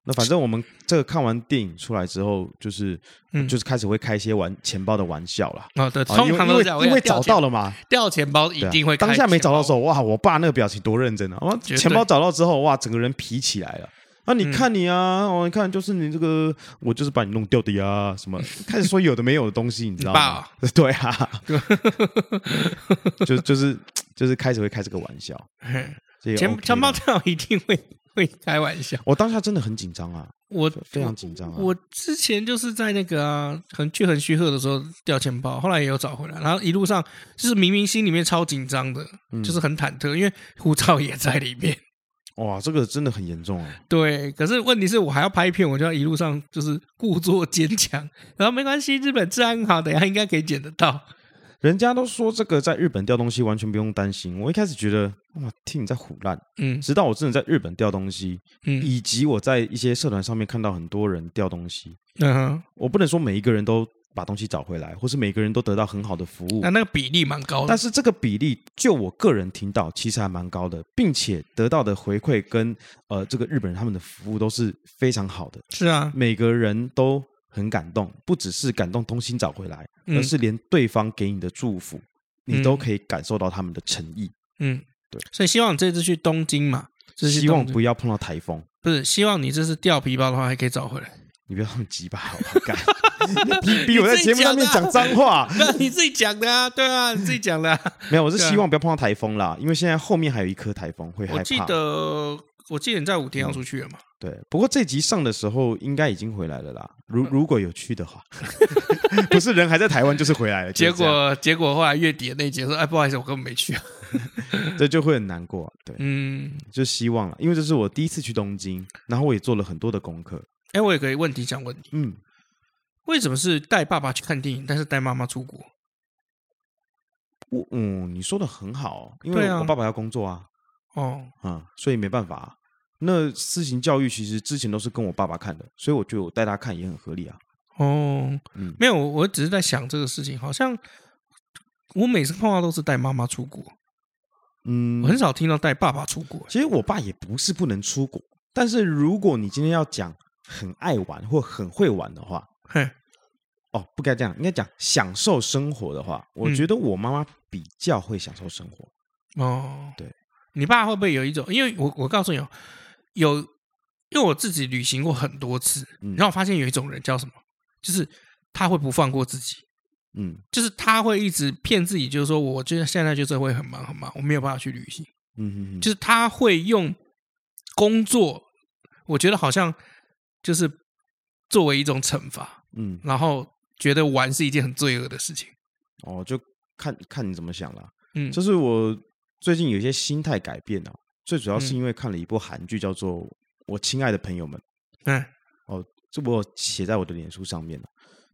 Speaker 2: 那反正我们这个看完电影出来之后，就是、
Speaker 1: 嗯
Speaker 2: 就是开始会开一些玩钱包的玩笑啦。
Speaker 1: 啊，对，
Speaker 2: 啊，因
Speaker 1: 通
Speaker 2: 为
Speaker 1: 常
Speaker 2: 因
Speaker 1: 都
Speaker 2: 为
Speaker 1: 是这样。
Speaker 2: 因为
Speaker 1: 我跟你
Speaker 2: 找
Speaker 1: 讲
Speaker 2: 到了嘛，
Speaker 1: 掉钱包一
Speaker 2: 对啊
Speaker 1: 定会开
Speaker 2: 当下没
Speaker 1: 钱
Speaker 2: 找到
Speaker 1: 包
Speaker 2: 的时候，哇，我爸那个表情多认真啊！哇，
Speaker 1: 绝对
Speaker 2: 钱包找到之后，哇，整个人皮起来了。啊，你
Speaker 1: 嗯
Speaker 2: 看你啊，哦，你看就是你这个，我就是把你弄掉的呀，什么开始说有的没有的东西，你知道
Speaker 1: 爸
Speaker 2: 吗
Speaker 1: 啊？
Speaker 2: 对啊，就就是就是开始会开这个玩笑，
Speaker 1: 嘿
Speaker 2: 所以 OK
Speaker 1: 钱
Speaker 2: 啦
Speaker 1: 钱包掉一定会会开玩笑。
Speaker 2: 我当下真的很紧张啊，
Speaker 1: 我
Speaker 2: 非常紧张啊。
Speaker 1: 我之前就是在那个啊，很去很虚贺的时候掉钱包，后来也有找回来，然后一路上就是明明心里面超紧张的，
Speaker 2: 嗯
Speaker 1: 就是很忐忑，因为护照也在里面。
Speaker 2: 哇，这个真的很严重啊！
Speaker 1: 对，可是问题是我还要拍片，我就要一路上就是故作坚强，然后没关系，日本治安好，等一下应该可以捡得到。
Speaker 2: 人家都说这个在日本掉东西完全不用担心，我一开始觉得哇，听你在胡乱，
Speaker 1: 嗯
Speaker 2: 直到我真的在日本掉东西，
Speaker 1: 嗯
Speaker 2: 以及我在一些社团上面看到很多人掉东西，
Speaker 1: 嗯哼，
Speaker 2: 我不能说每一个人都把东西找回来，或是每个人都得到很好的服务
Speaker 1: 那，那个比例蛮高的
Speaker 2: 但。是这个比例，就我个人听到，其实还蛮高的，并且得到的回馈跟呃这个日本人他们的服务都是非常好的，
Speaker 1: 是啊，
Speaker 2: 每个人都很感动，不只是感动东西找回来，
Speaker 1: 嗯
Speaker 2: 而是连对方给你的祝福，你
Speaker 1: 嗯
Speaker 2: 都可以感受到他们的诚意。
Speaker 1: 嗯，
Speaker 2: 对，
Speaker 1: 所以希望你这次去东京嘛，这次去
Speaker 2: 希望
Speaker 1: 东京
Speaker 2: 不要碰到台风。
Speaker 1: 不是，希望你这次掉皮包的话还可以找回来。
Speaker 2: 你不要那么急吧，好吧，干！ 你逼我在
Speaker 1: 你自
Speaker 2: 节
Speaker 1: 己
Speaker 2: 目上面
Speaker 1: 讲的
Speaker 2: 讲脏话，
Speaker 1: 那你自己讲的啊，对啊，你自己讲的、啊。
Speaker 2: 没有，我是
Speaker 1: 对啊
Speaker 2: 希望不要碰到台风啦，因为现在后面还有一颗台风会害怕。嗯
Speaker 1: 我记得，我记得你在五天要出去了嘛？
Speaker 2: 对，不过这集上的时候应该已经回来了啦，如
Speaker 1: 嗯
Speaker 2: 如果有去的话， 不是人还在台湾就是回来了，
Speaker 1: 结
Speaker 2: 就是这样
Speaker 1: 果结果后来月底的那一节说，哎，不好意思，我根本没去、啊。
Speaker 2: 这就会很难过。对，
Speaker 1: 嗯，
Speaker 2: 就希望了，因为这是我第一次去东京，然后我也做了很多的功课。
Speaker 1: 哎，我有个问题想问你，
Speaker 2: 嗯，
Speaker 1: 为什么是带爸爸去看电影，但是带妈妈出国？
Speaker 2: 我嗯，你说的很好哦，因
Speaker 1: 对
Speaker 2: 为
Speaker 1: 啊
Speaker 2: 我爸爸要工作啊，
Speaker 1: 哦，
Speaker 2: 嗯，所以没办法啊、那私行教育其实之前都是跟我爸爸看的，所以我觉得我带他看也很合理啊。
Speaker 1: 哦，
Speaker 2: 嗯
Speaker 1: 没有，我只是在想这个事情，好像我每次碰到都是带妈妈出国，
Speaker 2: 嗯
Speaker 1: 我，很少听到带爸爸出国。
Speaker 2: 其实我爸也不是不能出国，但是如果你今天要讲很爱玩或很会玩的话，
Speaker 1: 嘿，
Speaker 2: 哦，不该这样，应该讲享受生活的话，我
Speaker 1: 嗯
Speaker 2: 觉得我妈妈比较会享受生活。
Speaker 1: 哦，
Speaker 2: 对，
Speaker 1: 你爸会不会有一种？因为我我告诉你哦，有，因为我自己旅行过很多次，
Speaker 2: 嗯
Speaker 1: 然后我发现有一种人叫什么，就是他会不放过自己，
Speaker 2: 嗯
Speaker 1: 就是他会一直骗自己，就是说我觉得现在就是会很忙很忙，我没有办法去旅行，
Speaker 2: 嗯嗯，
Speaker 1: 就是他会用工作，我觉得好像就是作为一种惩罚，
Speaker 2: 嗯
Speaker 1: 然后觉得玩是一件很罪恶的事情。
Speaker 2: 哦，就看看你怎么想啦。
Speaker 1: 嗯，
Speaker 2: 就是我最近有一些心态改变啊，最主要是
Speaker 1: 嗯
Speaker 2: 因为看了一部韩剧，叫做《我亲爱的朋友们》，
Speaker 1: 嗯
Speaker 2: 这我有写在我的脸书上面了。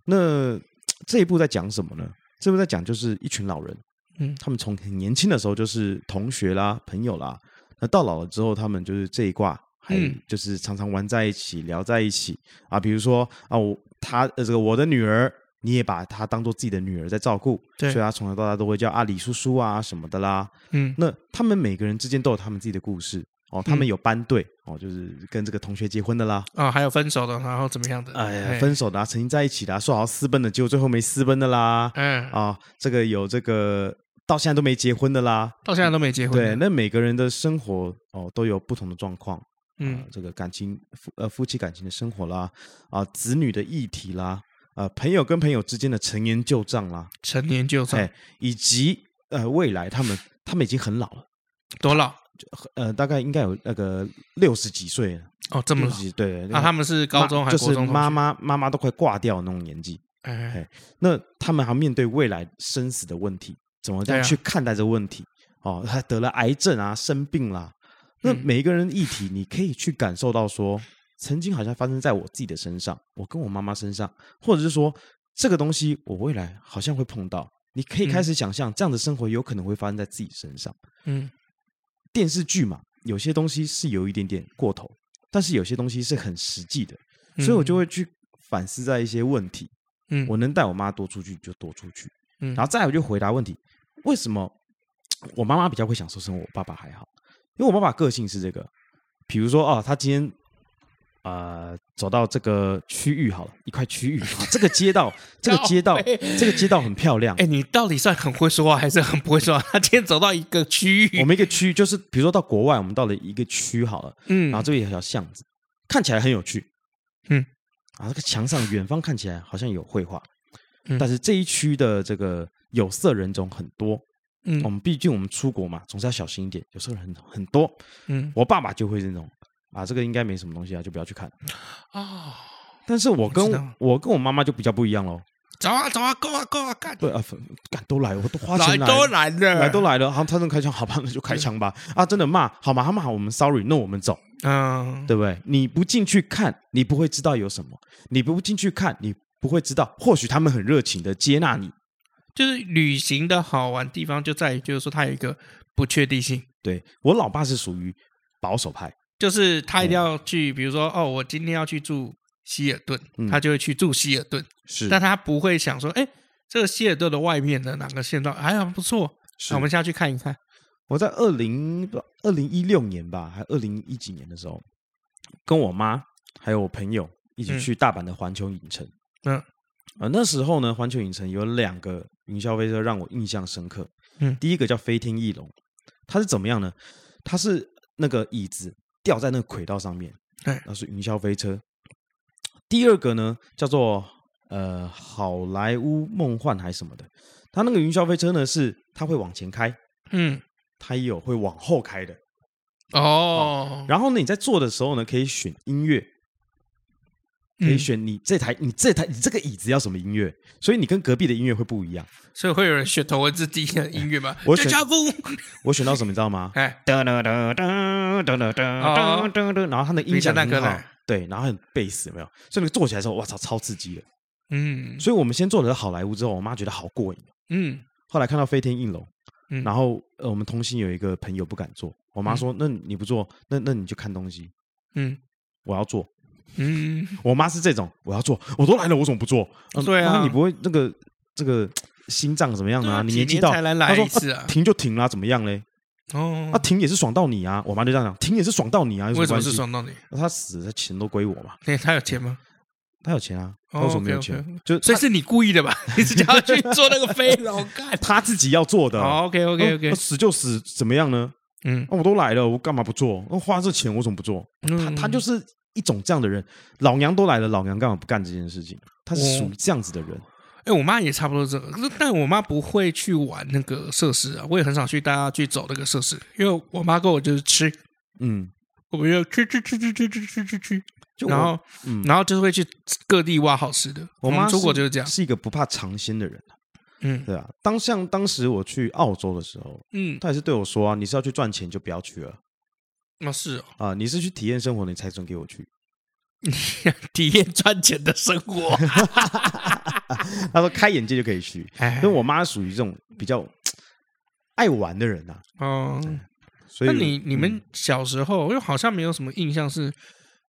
Speaker 2: 那这一部在讲什么呢？这部在讲就是一群老人，
Speaker 1: 嗯
Speaker 2: 他们从很年轻的时候就是同学啦、朋友啦，那到老了之后，他们就是这一挂，还
Speaker 1: 嗯
Speaker 2: 就是常常玩在一起、聊在一起啊。比如说啊，我他呃这个我的女儿，你也把她当做自己的女儿在照顾，所
Speaker 1: 对
Speaker 2: 以她从小到大都会叫阿里叔叔啊什么的啦。
Speaker 1: 嗯
Speaker 2: 那他们每个人之间都有他们自己的故事哦，他们
Speaker 1: 嗯
Speaker 2: 有班队哦，就是跟这个同学结婚的啦，
Speaker 1: 啊，还有分手的，然后怎么样的？
Speaker 2: 哎呀
Speaker 1: 嘿，
Speaker 2: 分手的、啊，曾经在一起的、啊，说好要私奔的，结果最后没私奔的啦，
Speaker 1: 嗯
Speaker 2: 啊，这个有这个到现在都没结婚的啦，
Speaker 1: 到现在都没结婚。
Speaker 2: 对，，那每个人的生活哦都有不同的状况，啊
Speaker 1: 嗯，
Speaker 2: 这个感情夫呃夫妻感情的生活啦，啊，子女的议题啦，啊，朋友跟朋友之间的陈年旧账啦，
Speaker 1: 成年就算
Speaker 2: 哎，以及呃未来他们他们已经很老了，
Speaker 1: 多老
Speaker 2: 呃，大概应该有那个六十几岁了，
Speaker 1: 哦，这么
Speaker 2: 六
Speaker 1: 老
Speaker 2: 十几对，
Speaker 1: 啊？他们是高中还
Speaker 2: 就是
Speaker 1: 国
Speaker 2: 是
Speaker 1: 中？
Speaker 2: 妈，妈妈妈都快挂掉的那种年纪。
Speaker 1: 哎，
Speaker 2: 那他们还要面对未来生死的问题，怎么这样
Speaker 1: 对啊
Speaker 2: 去看待这个问题？哦，他得了癌症啊，生病啦。那
Speaker 1: 嗯
Speaker 2: 每一个人议题，你可以去感受到说，曾经好像发生在我自己的身上，我跟我妈妈身上，或者是说这个东西我未来好像会碰到。你可以开始想象，这样的生活有可能会发生在自己身上。
Speaker 1: 嗯
Speaker 2: 电视剧嘛，有些东西是有一点点过头，但是有些东西是很实际的，
Speaker 1: 嗯
Speaker 2: 所以我就会去反思在一些问题。
Speaker 1: 嗯，
Speaker 2: 我能带我妈多出去就多出去，
Speaker 1: 嗯
Speaker 2: 然后再来我就回答问题，为什么我妈妈比较会享受生活，我爸爸还好？因为我爸爸个性是这个，比如说哦，他今天呃走到这个区域好了，一块区域，啊这个街 道，这个街道
Speaker 1: 靠背，
Speaker 2: 这个街道很漂亮
Speaker 1: 哎，。你到底算很会说话还是很不会说话？ 他今天走到一个区
Speaker 2: 我
Speaker 1: 域，
Speaker 2: 们一个区域就是，比如说到国外，我们到了一个区好了，
Speaker 1: 嗯
Speaker 2: 然后这边有条巷子，看起来很有趣，
Speaker 1: 嗯，
Speaker 2: 啊，这个墙上远方看起来好像有绘画，
Speaker 1: 嗯
Speaker 2: 但是这一区的这个有色人种很多，我
Speaker 1: 嗯
Speaker 2: 们毕竟我们出国嘛，总是要小心一点，有时候很很多。
Speaker 1: 嗯
Speaker 2: 我爸爸就会这种啊，这个应该没什么东西啊，就不要去看。
Speaker 1: 哦，
Speaker 2: 但是我跟
Speaker 1: 知
Speaker 2: 我
Speaker 1: 道
Speaker 2: 跟我妈妈就比较不一样喽。
Speaker 1: 走啊走啊，够啊够啊，干
Speaker 2: 对啊，反干都来，我都花
Speaker 1: 来
Speaker 2: 钱
Speaker 1: 都
Speaker 2: 来
Speaker 1: 来了，
Speaker 2: 来都来了，好，他能开枪，好吧，那就开枪吧。啊，真的骂，好嘛，他骂我们 sorry，那我们走，
Speaker 1: 嗯，
Speaker 2: 对不对？你不进去看，你不会知道有什么；你不进去看，你不会知道，或许他们很热情的接纳你。
Speaker 1: 就是旅行的好玩地方就在于，就是说它有一个不确定性。
Speaker 2: 对我老爸是属于保守派，
Speaker 1: 就是他一
Speaker 2: 嗯
Speaker 1: 定要去，比如说哦，我今天要去住希尔顿，
Speaker 2: 嗯
Speaker 1: 他就会去住希尔顿，
Speaker 2: 是
Speaker 1: 但他不会想说，哎，这个希尔顿的外面的哪个县道还很不错，
Speaker 2: 是
Speaker 1: 那我们下去看一看。
Speaker 2: 我在二零二零一六年吧，还二零一几年的时候，跟我妈还有我朋友一起
Speaker 1: 嗯
Speaker 2: 去大阪的环球影城。
Speaker 1: 嗯，
Speaker 2: 呃，那时候呢，环球影城有两个云霄飞车让我印象深刻。
Speaker 1: 嗯
Speaker 2: 第一个叫飞天翼龙，它是怎么样呢？它是那个椅子吊在那个轨道上面，
Speaker 1: 对
Speaker 2: 那是云霄飞车。第二个呢，叫做呃好莱坞梦幻还是什么的，它那个云霄飞车呢是它会往前开，
Speaker 1: 嗯，
Speaker 2: 它也有会往后开的。
Speaker 1: 哦，
Speaker 2: 然后呢，你在做的时候呢，可以选音乐，可以
Speaker 1: 嗯
Speaker 2: 选你这台、你这台、你这个椅子要什么音乐，所以你跟隔壁的音乐会不一样。
Speaker 1: 所以会有人选头文字 D 的音乐吗？
Speaker 2: 我
Speaker 1: 绝
Speaker 2: 选
Speaker 1: 家夫，？
Speaker 2: 我选到什么，你知道吗
Speaker 1: 哎，
Speaker 2: 噔噔噔噔噔噔
Speaker 1: 哦
Speaker 2: 噔噔噔，然后它的音响
Speaker 1: 名侦探柯
Speaker 2: 很好
Speaker 1: 南，
Speaker 2: 对，然后很贝斯，有没有？所以那个做起来的时候，哇操，超刺激的。
Speaker 1: 嗯
Speaker 2: 所以我们先做了好莱坞之后，我妈觉得好过瘾。
Speaker 1: 嗯
Speaker 2: 后来看到飞天翼龙，
Speaker 1: 嗯
Speaker 2: 然后呃，我们同行有一个朋友不敢做，我妈说：“那你不做，那那你就看东西，
Speaker 1: 嗯
Speaker 2: 我要做。”
Speaker 1: 嗯，
Speaker 2: 我妈是这种，我要做，我都来了，我怎么不做？嗯
Speaker 1: 对啊
Speaker 2: 妈你不会那个这个心脏怎么样
Speaker 1: 对啊
Speaker 2: 啊？你
Speaker 1: 几
Speaker 2: 年纪
Speaker 1: 年
Speaker 2: 到，
Speaker 1: 才来来
Speaker 2: 她说
Speaker 1: 一次啊
Speaker 2: 停就停啦、怎么样嘞？啊，
Speaker 1: 哦，
Speaker 2: 停也是爽到你啊！我妈就这样讲，停也是爽到你啊，有
Speaker 1: 为
Speaker 2: 么
Speaker 1: 什么
Speaker 2: 关
Speaker 1: 是
Speaker 2: 系？
Speaker 1: 爽到你？
Speaker 2: 她死，她钱都归我嘛。
Speaker 1: 哎，他有钱吗？
Speaker 2: 她有钱啊，她
Speaker 1: 哦
Speaker 2: 为什么没有
Speaker 1: OK，OK，
Speaker 2: 钱？就
Speaker 1: 所以
Speaker 2: 她
Speaker 1: 是你故意的 吧？你是想要去做那个飞龙干？
Speaker 2: 她自己要做的。
Speaker 1: 哦，OK OK
Speaker 2: 嗯
Speaker 1: OK，
Speaker 2: 那死就死，怎么样呢？啊
Speaker 1: 嗯
Speaker 2: 那、我都来了，我干嘛不做？那花这钱我怎么不做？他
Speaker 1: 嗯
Speaker 2: 他就是一种这样的人。老娘都来了，老娘干嘛不干这件事情？他是属于这样子的人。
Speaker 1: 哎、我妈也差不多这个，可是但我妈不会去玩那个设施啊，我也很少去大家去走那个设施，因为我妈跟我就是吃，
Speaker 2: 嗯，
Speaker 1: 我们就吃吃吃吃吃吃吃吃吃，
Speaker 2: 就
Speaker 1: 然
Speaker 2: 我
Speaker 1: 后、
Speaker 2: 嗯
Speaker 1: 然后就是会去各地挖好吃的。
Speaker 2: 我妈
Speaker 1: 们出国
Speaker 2: 是
Speaker 1: 就是这样，
Speaker 2: 是一个不怕尝鲜的人，
Speaker 1: 嗯
Speaker 2: 对啊。当像当时我去澳洲的时候，
Speaker 1: 嗯，
Speaker 2: 他也是对我说啊，你是要去赚钱就不要去了
Speaker 1: 那、是哦，
Speaker 2: 啊、你是去体验生活，你才准给我去。
Speaker 1: 体验赚钱的生活。
Speaker 2: 他说开眼界就可以去，
Speaker 1: 哎
Speaker 2: 因为我妈属于这种比较爱玩的人啊，
Speaker 1: 哦，
Speaker 2: 所以嗯
Speaker 1: 那你你们小时候，因为好像没有什么印象是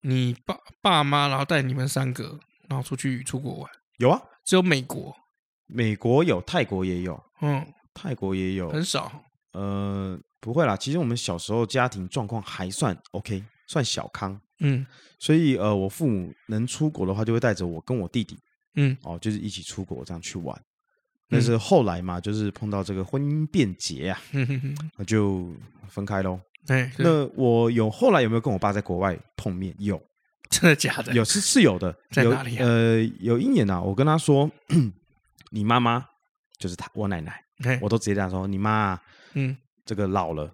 Speaker 1: 你爸爸妈，然后带你们三个，然后出去出国玩，
Speaker 2: 有啊？
Speaker 1: 只有美国，
Speaker 2: 美国有，泰国也有，
Speaker 1: 嗯，
Speaker 2: 泰国也有，
Speaker 1: 很少。
Speaker 2: 呃，不会啦。其实我们小时候家庭状况还算 OK，算小康，
Speaker 1: 嗯
Speaker 2: 所以呃，我父母能出国的话，就会带着我跟我弟弟
Speaker 1: 嗯
Speaker 2: 哦，就是一起出国这样去玩。但是后来嘛，就是碰到这个婚姻变节啊，
Speaker 1: 哼哼哼，
Speaker 2: 那就分开喽。
Speaker 1: 嗯哎，对
Speaker 2: 那我有后来有没有跟我爸在国外碰面？有，
Speaker 1: 真的假的？
Speaker 2: 有是是有的。
Speaker 1: 在
Speaker 2: 有
Speaker 1: 哪里啊
Speaker 2: 呃，有一年啊，我跟他说， 你妈妈就是她，我奶奶，
Speaker 1: 哎，
Speaker 2: 我都直接这样说，你妈啊
Speaker 1: 嗯，
Speaker 2: 这个老了，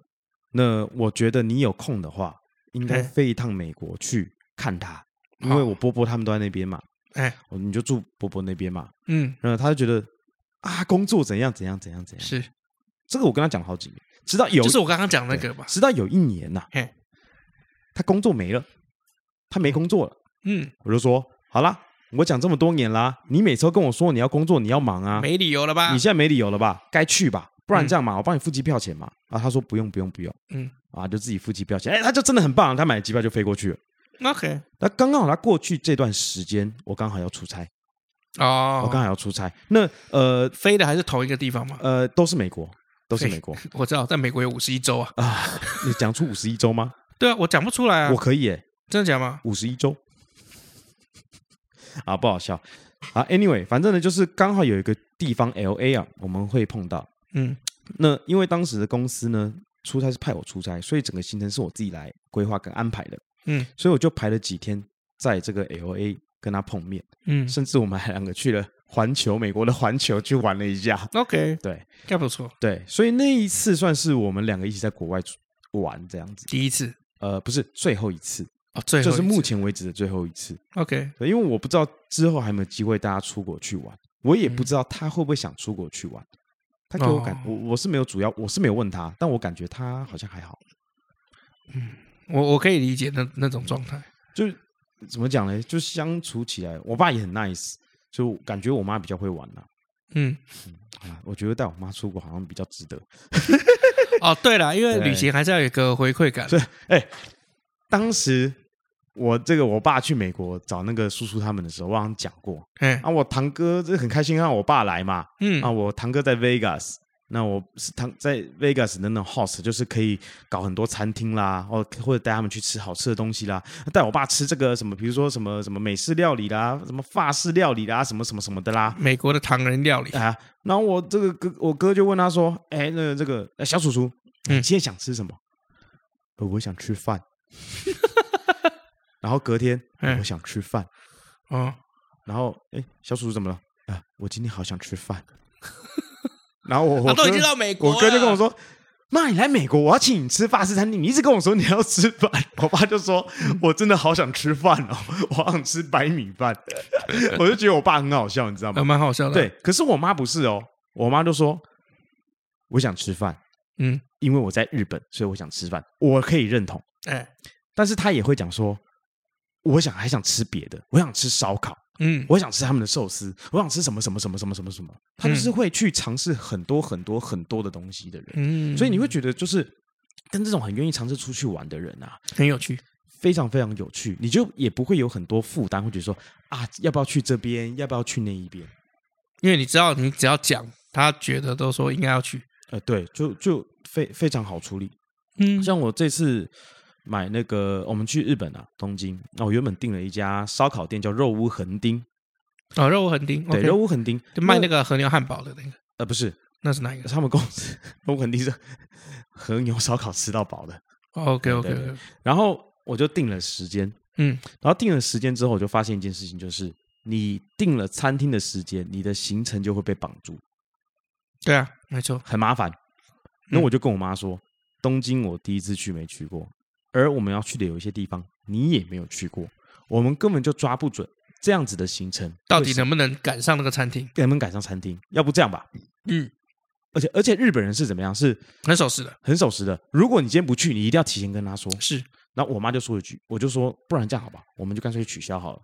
Speaker 2: 那我觉得你有空的话，应该
Speaker 1: 哎
Speaker 2: 飞一趟美国去看她，因为我伯伯他们都在那边嘛，
Speaker 1: 哎，
Speaker 2: 我你就住伯伯那边嘛。
Speaker 1: 嗯，
Speaker 2: 然后他就觉得啊，工作怎样怎样怎样怎样，
Speaker 1: 是，
Speaker 2: 这个我跟他讲了好几年，直到有
Speaker 1: 就是我刚刚讲那个嘛，
Speaker 2: 直到有一年呐、
Speaker 1: 嘿
Speaker 2: 他工作没了，他没工作了。
Speaker 1: 嗯，
Speaker 2: 我就说好啦，我讲这么多年啦，你每次都跟我说你要工作，你要忙啊，
Speaker 1: 没理由了吧
Speaker 2: 你？现在没理由了吧？该去吧，不然这样嘛，我帮你付机票钱嘛。啊，他说不用不用不用，
Speaker 1: 嗯
Speaker 2: 啊，就自己付机票钱。哎，他就真的很棒，他买了机票就飞过去了。
Speaker 1: ，OK，
Speaker 2: 那刚刚好，他过去这段时间，我刚好要出差，我
Speaker 1: 哦，
Speaker 2: 刚好要出差。那呃
Speaker 1: 飞的还是同一个地方嘛？
Speaker 2: 呃，都是美国，都是美国
Speaker 1: 我知道，在美国有五十一州啊。
Speaker 2: 啊。你讲出五十一周吗？
Speaker 1: 对啊，我讲不出来啊
Speaker 2: 我，可以耶，
Speaker 1: 真的假吗？
Speaker 2: 五十一周。啊，不好笑啊。Anyway，反正呢，就是刚好有一个地方 L A 啊，我们会碰到。
Speaker 1: 嗯
Speaker 2: 那因为当时的公司呢，出差是派我出差，所以整个行程是我自己来规划跟安排的，
Speaker 1: 嗯
Speaker 2: 所以我就排了几天在这个 L A 跟他碰面，
Speaker 1: 嗯
Speaker 2: 甚至我们还两个去了环球美国的环球去玩了一下。
Speaker 1: ，OK，
Speaker 2: 对
Speaker 1: 应该不错，
Speaker 2: 对，所以那一次算是我们两个一起在国外出玩这样子，
Speaker 1: 第一次
Speaker 2: 呃，不是最后一次，
Speaker 1: 哦，最后
Speaker 2: 这是
Speaker 1: 一次
Speaker 2: 目前为止的最后一次。
Speaker 1: OK，
Speaker 2: 对，因为我不知道之后还有没有机会大家出国去玩，我也不知道他会不会想出国去玩。他给我感，
Speaker 1: 嗯哦
Speaker 2: 我我是没有主要，我是没有问他，但我感觉他好像还好。
Speaker 1: 我我可以理解那那种状态。
Speaker 2: 就是怎么讲呢？就相处起来，我爸也很 nice，就感觉我妈比较会玩啦、
Speaker 1: 嗯，
Speaker 2: 好啦，我觉得带我妈出国好像比较值得。
Speaker 1: 哦，对了，因为
Speaker 2: 对
Speaker 1: 旅行还是要有一个回馈感。
Speaker 2: 所以，哎、当时我这个我爸去美国找那个叔叔他们的时候，我好像讲过
Speaker 1: 哎，
Speaker 2: 啊，我堂哥这很开心啊让我爸来嘛，
Speaker 1: 嗯
Speaker 2: 啊，我堂哥在 Vegas，那我是堂在 Vegas 的那种 house，就是可以搞很多餐厅啦，或或者带他们去吃好吃的东西啦，带我爸吃这个什么，比如说什么什么美式料理啦，什么法式料理啦，什么什么什么的啦。
Speaker 1: 美国的唐人料理，
Speaker 2: 啊，然后我这个哥，我哥就问他说：“哎，那个这个哎小叔叔，你
Speaker 1: 嗯
Speaker 2: 今天想吃什么？”呃我想吃 饭。然后隔天，
Speaker 1: 嗯
Speaker 2: 我想吃饭。
Speaker 1: 哦，
Speaker 2: 然后，哎，小叔叔怎么了？啊，我今天好想吃 饭。然后我
Speaker 1: 他
Speaker 2: 我
Speaker 1: 啊都已
Speaker 2: 哥
Speaker 1: 经到美国，
Speaker 2: 我哥就跟我，说：“妈，你来美国，我要请你吃法式餐厅，你一直跟我说你要吃饭。”我爸就说：“我真的好想吃饭哦，我好想吃白米饭。”我就觉得我爸很好笑，你知道
Speaker 1: 还
Speaker 2: 吗？
Speaker 1: 蛮好笑的。，
Speaker 2: 对，可是我妈不是哦，我妈就说：“我想吃饭，
Speaker 1: 嗯，
Speaker 2: 因为我在日本，所以我想吃饭。”我可以认同，
Speaker 1: 哎，
Speaker 2: 但是她也会讲说：“我想还想吃别的，我想吃烧烤。”
Speaker 1: 嗯，
Speaker 2: 我想吃他们的寿司，我想吃什么什么什么什么什么什么，他们是会去尝试很多很多很多的东西的人，
Speaker 1: 嗯，
Speaker 2: 所以你会觉得就是跟这种很愿意尝试出去玩的人啊，
Speaker 1: 嗯很有趣。
Speaker 2: 非常非常有趣，你就也不会有很多负担，会觉得说啊，要不要去这边，要不要去那一边？
Speaker 1: 因为你知道，你只要讲，他觉得都说应该要去。
Speaker 2: 呃，对，就就非非常好处理。
Speaker 1: 嗯
Speaker 2: 像我这次买那个，我们去日本啊，东京，那我原本订了一家烧烤店叫肉屋横丁，
Speaker 1: 哦，肉无横丁，
Speaker 2: 对，
Speaker 1: OK
Speaker 2: 肉屋横丁
Speaker 1: 就卖那个和牛汉堡的那个。
Speaker 2: 呃，不是，
Speaker 1: 那是哪一个
Speaker 2: 他们公司我肯定是和牛烧烤吃到饱的。
Speaker 1: 哦？OK OK
Speaker 2: 对
Speaker 1: OK，
Speaker 2: 然后我就定了时间，
Speaker 1: 嗯
Speaker 2: 然后定了时间之后，我就发现一件事情，就是你定了餐厅的时间，你的行程就会被绑住，
Speaker 1: 对啊，没错，
Speaker 2: 很麻烦。
Speaker 1: 嗯
Speaker 2: 那我就跟我妈说，东京我第一次去没去过，而我们要去的有一些地方你也没有去过，我们根本就抓不准这样子的行程
Speaker 1: 到底能不能赶上那个餐厅？
Speaker 2: 能不能赶上餐厅。要不这样吧，
Speaker 1: 嗯，
Speaker 2: 而且而且日本人是怎么样？是
Speaker 1: 很守时的，
Speaker 2: 很守时的。如果你今天不去，你一定要提前跟他说。
Speaker 1: 是
Speaker 2: 然后我妈就说一句，我就说，不然这样好吧，我们就干脆取消好了。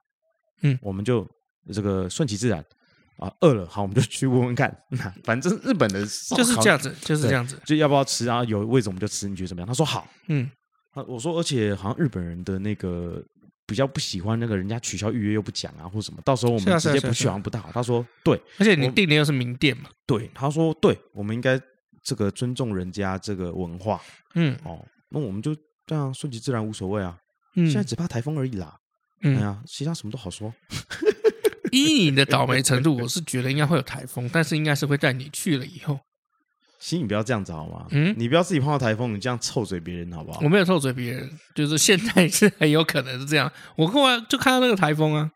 Speaker 1: 嗯
Speaker 2: 我们就这个顺其自然啊，饿了好，我们就去问问看。 反正日本的烧
Speaker 1: 就是
Speaker 2: 烤
Speaker 1: 这样，子，就是这样子，
Speaker 2: 就要不要吃啊？有位置我们就吃，你觉得怎么样？他说好。
Speaker 1: 嗯，
Speaker 2: 啊我说，而且好像日本人的那个比较不喜欢那个人家取消预约又不讲啊，或什么，到时候我
Speaker 1: 是啊
Speaker 2: 们直
Speaker 1: 是啊
Speaker 2: 接
Speaker 1: 是啊
Speaker 2: 不去
Speaker 1: 是啊
Speaker 2: 好像不太好。他说对
Speaker 1: 而且你
Speaker 2: 我
Speaker 1: 订的又是名店嘛，
Speaker 2: 对，他说对，我们应该这个尊重人家这个文化
Speaker 1: 嗯
Speaker 2: 哦，那我们就这样顺其自然无所谓啊。
Speaker 1: 嗯，
Speaker 2: 现在只怕台风而已啦。哎
Speaker 1: 嗯，
Speaker 2: 呀，其他什么都好说。
Speaker 1: 依你的倒霉程度，我是觉得应该会有台风，但是应该是会带你去了以后，
Speaker 2: 心你不要这样子好吗？
Speaker 1: 嗯
Speaker 2: 你不要自己碰到台风，你这样臭嘴别人好不好
Speaker 1: 我？没有臭嘴别人，就是现在是很有可能是这样。我后来就看到那个台风啊，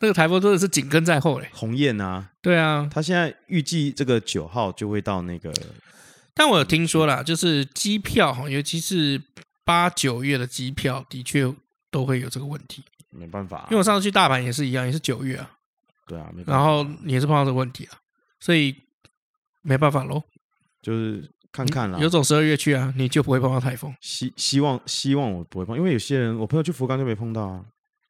Speaker 1: 那个台风真的是紧跟在后嘞。
Speaker 2: 鸿雁啊，
Speaker 1: 对啊，
Speaker 2: 他现在预计这个九号就会到那个
Speaker 1: 但我有听说啦，就是机票哈，尤其是八九月的机票，的确都会有这个问题。
Speaker 2: 没办法啊、
Speaker 1: 因为我上次去大阪也是一样，也是九月啊，
Speaker 2: 对啊，没办法
Speaker 1: 然后也是碰到这个问题啊，所以没办法喽。
Speaker 2: 就是看看啦
Speaker 1: 有，种十二月去啊，你就不会碰到台风。
Speaker 2: 希希望希望我不会碰，因为有些人我朋友去福冈就没碰到啊，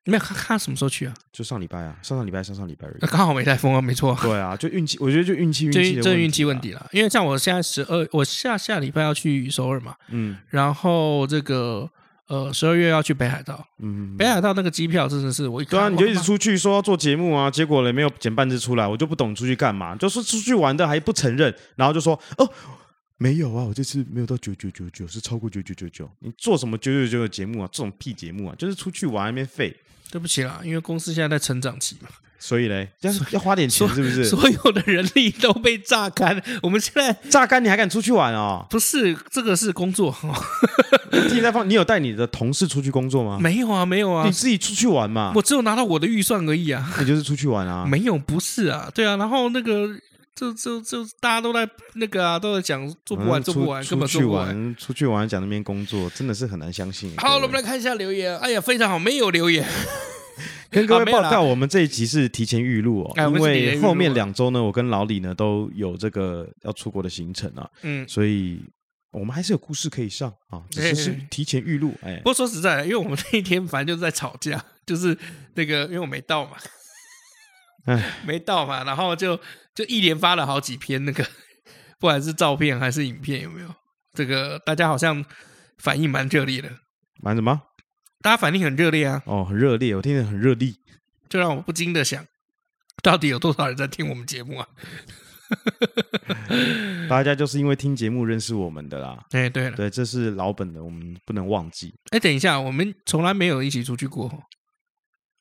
Speaker 1: 没有看看什么时候去啊？
Speaker 2: 就上礼拜啊，上上礼拜上上礼拜而已
Speaker 1: 那。刚好没台风啊，没错啊。
Speaker 2: 对啊，就运气，我觉得就运气运
Speaker 1: 这
Speaker 2: 气的
Speaker 1: 这
Speaker 2: 问
Speaker 1: 运气问
Speaker 2: 啊，
Speaker 1: 题啦，因为像我现在十二，我下下礼拜要去首尔嘛，
Speaker 2: 嗯
Speaker 1: 然后这个呃十二月要去北海道，
Speaker 2: 嗯，
Speaker 1: 北海道那个机票真的是我一看
Speaker 2: 对啊，你就一直，
Speaker 1: 哇
Speaker 2: 出去说要做节目啊，结果嘞没有剪半支出来，我就不懂你出去干嘛，就说出去玩的还不承认，然后就说哦没有啊，我这次没有到九九九九，是超过九九九九。你做什么九九九九节目啊？这种屁节目啊，就是出去玩还没费，
Speaker 1: 对不起啦，因为公司现在在成长期嘛，
Speaker 2: 所以嘞要要花点钱是不是？
Speaker 1: 所有的人力都被榨干， 我们现在
Speaker 2: 榨干你还敢出去玩哦？
Speaker 1: 不是这个是工作，
Speaker 2: 啊
Speaker 1: 哦
Speaker 2: 第三 方，你有带你的同事出去工作吗？
Speaker 1: 没有啊，没有啊
Speaker 2: 你，自己出去玩嘛，
Speaker 1: 我只有拿到我的预算而已啊，
Speaker 2: 你就是出去玩啊。
Speaker 1: 没有不是啊，对啊，然后那个。就就就大家都在那个啊，都在讲做不完，
Speaker 2: 嗯
Speaker 1: 做不完，
Speaker 2: 出
Speaker 1: 根本
Speaker 2: 出
Speaker 1: 做
Speaker 2: 去
Speaker 1: 不完。
Speaker 2: 玩，出去玩讲那边工作，真的是很难相信。
Speaker 1: 好了，
Speaker 2: 各
Speaker 1: 我
Speaker 2: 位
Speaker 1: 们来看一下留言。哎呀，非常好，没有留言。
Speaker 2: 跟各
Speaker 1: 啊
Speaker 2: 位
Speaker 1: 没有
Speaker 2: 报
Speaker 1: 啦
Speaker 2: 告，我们这一集是提前预录
Speaker 1: 哎
Speaker 2: 哦，
Speaker 1: 我
Speaker 2: 因
Speaker 1: 们是提前预
Speaker 2: 为
Speaker 1: 录
Speaker 2: 后面
Speaker 1: 啊
Speaker 2: 两周呢，我跟老李呢都有这个要出国的行程啊，
Speaker 1: 嗯，
Speaker 2: 所以我们还是有故事可以上啊，只是是
Speaker 1: 嘿嘿
Speaker 2: 提前预录，哎
Speaker 1: 不，过说实在的，因为我们那一天反正就是在吵架，就是那个因为我没到嘛，
Speaker 2: 哎，
Speaker 1: 没到嘛，然后就就一连发了好几篇那个，不管是照片还是影片，有没有？这个大家好像反应蛮热烈的，
Speaker 2: 玩什么？
Speaker 1: 大家反应很热烈啊，
Speaker 2: 哦，很热烈，我听得很热力，
Speaker 1: 就让我不禁的想，到底有多少人在听我们节目啊？嗯
Speaker 2: 大家就是因为听节目认识我们的啦。
Speaker 1: 哎，对了，
Speaker 2: 对，这是老本的，我们不能忘记。
Speaker 1: 哎，等一下，我们从来没有一起出去过哦。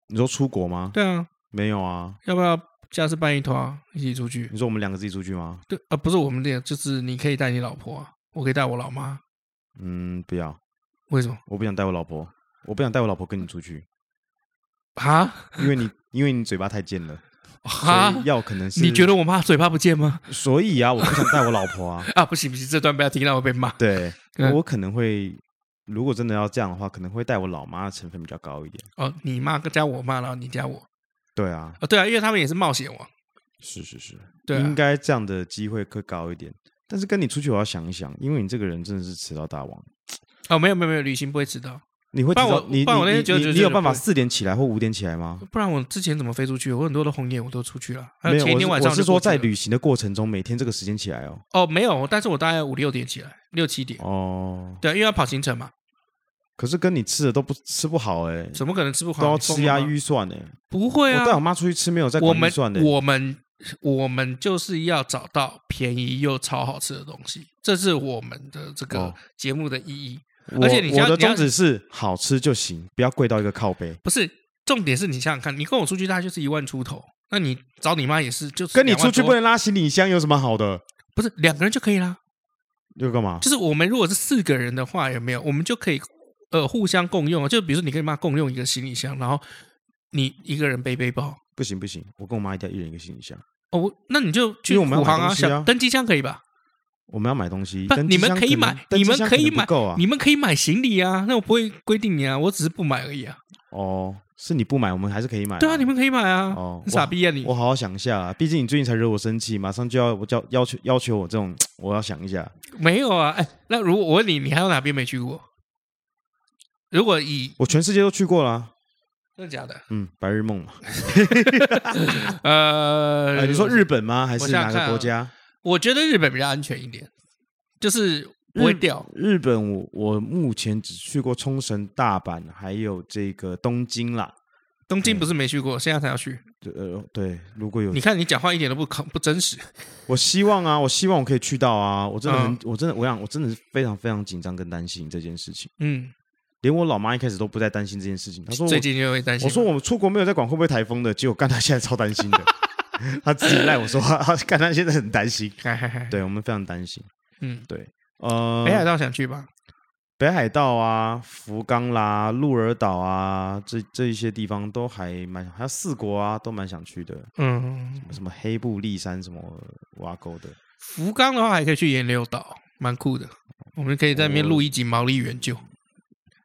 Speaker 2: 你说出国吗？
Speaker 1: 对啊，
Speaker 2: 没有啊。
Speaker 1: 要不要下次办一团、啊、一起出去？
Speaker 2: 你说我们两个自己出去吗？
Speaker 1: 对啊、不是我们这样，就是你可以带你老婆啊，我可以带我老妈。
Speaker 2: 嗯，不要，
Speaker 1: 为什么
Speaker 2: 我不想带我老婆，我不想带我老婆跟你出去，
Speaker 1: 啊？
Speaker 2: 因为你因为你嘴巴太贱了，所
Speaker 1: 哈
Speaker 2: 以？要可能是
Speaker 1: 啊你觉得我妈嘴巴不贱吗？
Speaker 2: 所以啊，我不想带我老婆 啊。
Speaker 1: 啊，不行不行，这段不要听到我被骂。
Speaker 2: 对，
Speaker 1: 嗯
Speaker 2: 我可能会，如果真的要这样的话，可能会带我老妈的成分比较高一点。
Speaker 1: 哦，你妈加我妈，然后你加我。
Speaker 2: 对啊，
Speaker 1: 哦，对啊，因为他们也是冒险王。
Speaker 2: 是是是，
Speaker 1: 对
Speaker 2: 应
Speaker 1: 啊，
Speaker 2: 该这样的机会会高一点。但是跟你出去，我要想一想，因为你这个人真的是迟到大王。
Speaker 1: 哦，没有没有没有，旅行不会迟到，
Speaker 2: 你会
Speaker 1: 不
Speaker 2: 迟
Speaker 1: 然我
Speaker 2: 到？你
Speaker 1: 不然我那
Speaker 2: 你
Speaker 1: 天觉得
Speaker 2: 你
Speaker 1: 觉得
Speaker 2: 你有办法
Speaker 1: 不会
Speaker 2: 四点起来或五点起来吗？
Speaker 1: 不然我之前怎么飞出去？我很多的红眼我都出去了，还
Speaker 2: 没有，
Speaker 1: 前一
Speaker 2: 我
Speaker 1: 天
Speaker 2: 是
Speaker 1: 晚上
Speaker 2: 我
Speaker 1: 就是过
Speaker 2: 说
Speaker 1: 去了
Speaker 2: 在旅行的过程中，每天这个时间起来哦。
Speaker 1: 哦没有，但是我大概五六点起来，六七点。
Speaker 2: 哦，
Speaker 1: 对啊，因为要跑行程嘛，
Speaker 2: 可是跟你吃的都不吃不好哎、
Speaker 1: 怎么可能吃不好？
Speaker 2: 都要
Speaker 1: 你疯
Speaker 2: 吃
Speaker 1: 了
Speaker 2: 压
Speaker 1: 吗
Speaker 2: 预算哎、
Speaker 1: 不会啊
Speaker 2: 我带，我妈出去吃没有在
Speaker 1: 我
Speaker 2: 管预
Speaker 1: 们
Speaker 2: 算的、
Speaker 1: 我们我们就是要找到便宜又超好吃的东西，这是我们的这个
Speaker 2: 哦
Speaker 1: 节目的意义。
Speaker 2: 我
Speaker 1: 而且你
Speaker 2: 我
Speaker 1: 像
Speaker 2: 的
Speaker 1: 你要
Speaker 2: 宗旨是好吃就行，不要贵到一个靠背。
Speaker 1: 不是重点是你想想看，你跟我出去大概就是一万出头，那你找你妈也是，就是
Speaker 2: 跟你出去
Speaker 1: 2万
Speaker 2: 不
Speaker 1: 多
Speaker 2: 能拉行李箱有什么好的？
Speaker 1: 不是两个人就可以啦。
Speaker 2: 要干嘛？
Speaker 1: 就是我们如果是四个人的话，有没有我们就可以呃互相共用？就比如说你跟你妈共用一个行李箱，然后你一个人背背包。
Speaker 2: 不行不行，我跟我妈一定要一人一个行李箱。
Speaker 1: 哦，我那你就去
Speaker 2: 因为我们要
Speaker 1: 虎航
Speaker 2: 买
Speaker 1: 啊，
Speaker 2: 东西啊
Speaker 1: 想登机箱可以吧？
Speaker 2: 我们要买东西
Speaker 1: 不，
Speaker 2: 登
Speaker 1: 你
Speaker 2: 机
Speaker 1: 们
Speaker 2: 箱
Speaker 1: 可以
Speaker 2: 能
Speaker 1: 买
Speaker 2: 登
Speaker 1: 你
Speaker 2: 机
Speaker 1: 们
Speaker 2: 箱
Speaker 1: 可以
Speaker 2: 能
Speaker 1: 买
Speaker 2: 不够啊
Speaker 1: 你。们可以买行李啊，那我不会规定你啊，我只是不买而已啊。
Speaker 2: 哦，是你不买，我们还是可以买。
Speaker 1: 对啊，你们可以买啊，
Speaker 2: 哎哦
Speaker 1: 你傻逼啊你
Speaker 2: 我！好好想一下啊，毕竟你最近才惹我生气，马上就要我叫要求要求我这种，我要想一下。
Speaker 1: 没有啊，哎，那如果我问你，你还有哪边没去过？如果以
Speaker 2: 我全世界都去过啦，
Speaker 1: 真的假的？
Speaker 2: 嗯，白日梦嘛。
Speaker 1: 呃，
Speaker 2: 呃，你说日本吗？还是
Speaker 1: 我想啊
Speaker 2: 哪
Speaker 1: 想
Speaker 2: 个国家？
Speaker 1: 我觉得日本比较安全一点，就是不会掉。
Speaker 2: 日本我我目前只去过冲绳、大阪，还有这个东京啦。
Speaker 1: 东京不是没去过，现在才要去。
Speaker 2: 对呃，对，如果有
Speaker 1: 你看你讲话一点都不靠不真实。
Speaker 2: 我希望啊，我希望我可以去到啊！我真的很，
Speaker 1: 嗯
Speaker 2: 我真的，我想，我真的是非常非常紧张跟担心这件事情。
Speaker 1: 嗯，
Speaker 2: 连我老妈一开始都不再担心这件事情，她说我
Speaker 1: 最近就会担心。
Speaker 2: 我说我们出国没有在管会不会台风的，结果干她现在超担心的， 她自己赖我说她她干她现在很担心，
Speaker 1: 嗨，嗨嗨，
Speaker 2: 对我们非常担心。
Speaker 1: 嗯，
Speaker 2: 呃，
Speaker 1: 北海道想去吧？
Speaker 2: 北海道啊，福冈啦、鹿儿岛啊，这这一些地方都还蛮，还有四国啊，都蛮想去的。
Speaker 1: 嗯，
Speaker 2: 什么黑布利山什么挖沟的，
Speaker 1: 福冈的话还可以去岩流岛，蛮酷的。我们可以在那
Speaker 2: 哦
Speaker 1: 边录一集毛利援救。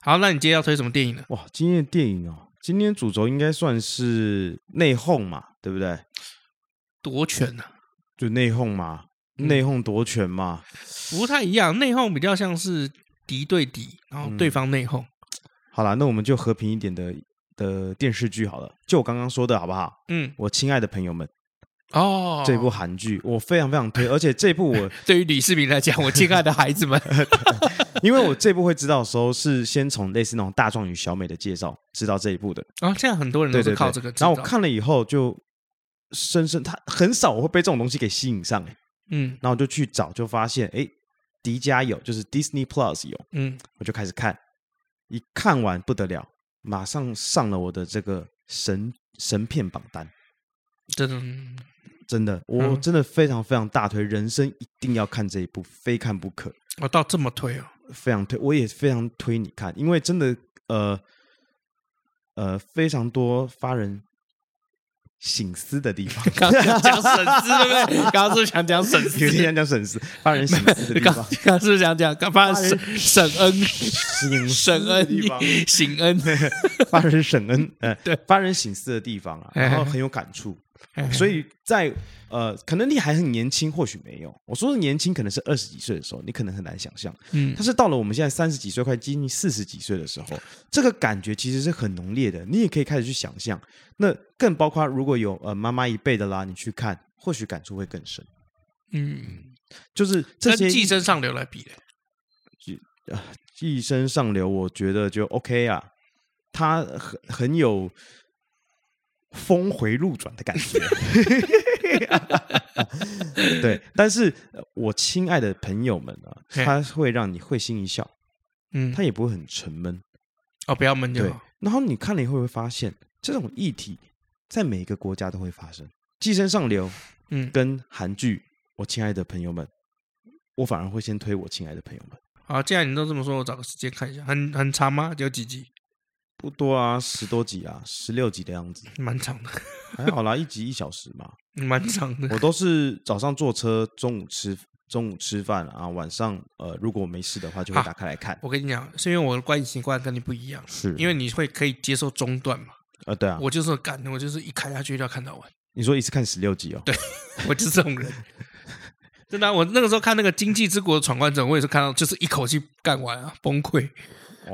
Speaker 1: 好，那你今天要推什么电影呢？
Speaker 2: 哇！今天的电影哦，今天主轴应该算是内讧嘛，对不对？
Speaker 1: 夺权啊呢、
Speaker 2: 就内讧嘛，
Speaker 1: 嗯
Speaker 2: 内讧夺权嘛。
Speaker 1: 不太一样，内讧比较像是敌对敌，然
Speaker 2: 嗯
Speaker 1: 后对方内讧。
Speaker 2: 好啦，那我们就和平一点的的电视剧好了，就我刚刚说的好不好？
Speaker 1: 嗯，
Speaker 2: 我亲爱的朋友们，
Speaker 1: 哦，
Speaker 2: 这部韩剧我非常非常推，而且这部我
Speaker 1: 对于李世民来讲，我亲爱的孩子们，
Speaker 2: 因为我这部会知道的时候，是先从类似那种大壮与小美的介绍知道这一部的，
Speaker 1: 哦，现在很多人
Speaker 2: 对对
Speaker 1: 都是
Speaker 2: 对。
Speaker 1: 靠这个知
Speaker 2: 然
Speaker 1: 道。
Speaker 2: 后我看了以后就深深，他很少我会被这种东西给吸引上、欸，
Speaker 1: 嗯
Speaker 2: 然后我就去找，就发现哎，诶迪迦有，就是 Disney Plus 有，
Speaker 1: 嗯，
Speaker 2: 我就开始看，一看完不得了，马上上了我的这个神神片榜单。
Speaker 1: 这种
Speaker 2: 真的，我
Speaker 1: 嗯
Speaker 2: 真的非常非常大推，人生一定要看这一部，非看不可。
Speaker 1: 我到这么推哦，
Speaker 2: 非常推，我也非常推你看，因为真的呃呃非常多发人省思的地方，
Speaker 1: 刚刚想讲省思对不对？刚刚是不是想讲省
Speaker 2: 有些
Speaker 1: 思，
Speaker 2: 人讲省思，发人省思的地
Speaker 1: 刚
Speaker 2: 方，
Speaker 1: 刚是不是想讲，刚发省 省恩
Speaker 2: 省
Speaker 1: 省
Speaker 2: 思的
Speaker 1: 恩
Speaker 2: 地方，
Speaker 1: 省恩，
Speaker 2: 发人省恩，呃，
Speaker 1: 对，哎
Speaker 2: 发人省思的地方啊，然后很有感触，所以在呃，可能你还很年轻，或许没有，我说的年轻可能是二十几岁的时候，你可能很难想象，
Speaker 1: 嗯
Speaker 2: 但是到了我们现在三十几岁，快接近四十几岁的时候，这个感觉其实是很浓烈的。你也可以开始去想象，那更包括如果有呃妈妈一辈的啦，你去看，或许感触会更深。
Speaker 1: 嗯，
Speaker 2: 就是这
Speaker 1: 跟
Speaker 2: 些
Speaker 1: 寄生上流来比嘞，
Speaker 2: 寄生上流，我觉得就 OK 啊，它很很有峰回路转的感觉。 对，但是呃我亲爱的朋友们啊，
Speaker 1: 嘿
Speaker 2: 它会让你会心一笑，
Speaker 1: 嗯，
Speaker 2: 它也不会很沉闷。
Speaker 1: 哦，不要闷就
Speaker 2: 对
Speaker 1: 好，，
Speaker 2: 然后你看了以后会发现，这种议题在每一个国家都会发生。寄生上流
Speaker 1: 嗯，
Speaker 2: 跟韩剧，我亲爱的朋友们，我反而会先推我亲爱的朋友们。
Speaker 1: 好，既然你都这么说，我找个时间看一下，很很长吗？有几集？
Speaker 2: 不多啊，十多集啊，十六集的样子，
Speaker 1: 蛮长的，
Speaker 2: 还好啦，一集一小时嘛。
Speaker 1: 蛮长的，
Speaker 2: 我都是早上坐车，中午吃中午吃饭啊，晚上呃，如果我没事的话，就
Speaker 1: 啊
Speaker 2: 会打开来看。
Speaker 1: 我跟你讲，是因为我的观影习惯跟你不一样，
Speaker 2: 是
Speaker 1: 因为你会可以接受中断嘛。
Speaker 2: 呃，对啊，
Speaker 1: 我就是干，我就是一看下去就要看到完，
Speaker 2: 你说一次看十六集哦，对，
Speaker 1: 我就是这种人。真的啊、我那个时候看那个《经济之国的闯关者》，我也是看到，就是一口气干完啊，崩溃，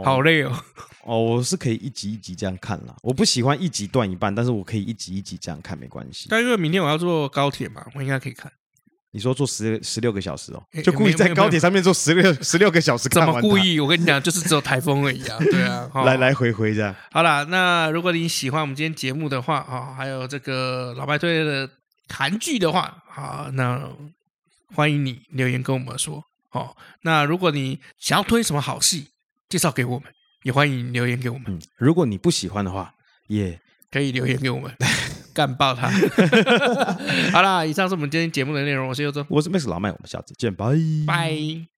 Speaker 1: 好累哦。
Speaker 2: 哦，我是可以一集一集这样看啦，我不喜欢一集断一半，但是我可以一集一集这样看，没关系。
Speaker 1: 但因为明天我要坐高铁嘛，我应该可以看。
Speaker 2: 你说坐十十六个小时哦
Speaker 1: 诶，
Speaker 2: 就故意
Speaker 1: 没有没
Speaker 2: 在
Speaker 1: 有
Speaker 2: 高铁上面坐十六 十六个小时
Speaker 1: 怎
Speaker 2: 看
Speaker 1: 么
Speaker 2: 完它，
Speaker 1: 故意？我跟你讲，就是只有台风而已啊。对啊，哦
Speaker 2: 来来回回这样。
Speaker 1: 好啦，那如果你喜欢我们今天节目的话啊、还有这个老白推的韩剧的话啊、那欢迎你留言跟我们说哦。那如果你想要推什么好戏，介绍给我们，也欢迎留言给我们，
Speaker 2: 嗯，如果你不喜欢的话，也
Speaker 1: 可以留言给我们。干爆他。好啦，以上是我们今天节目的内容，我是优中，
Speaker 2: 我是 Max 老麦，我们下次见，拜
Speaker 1: 拜。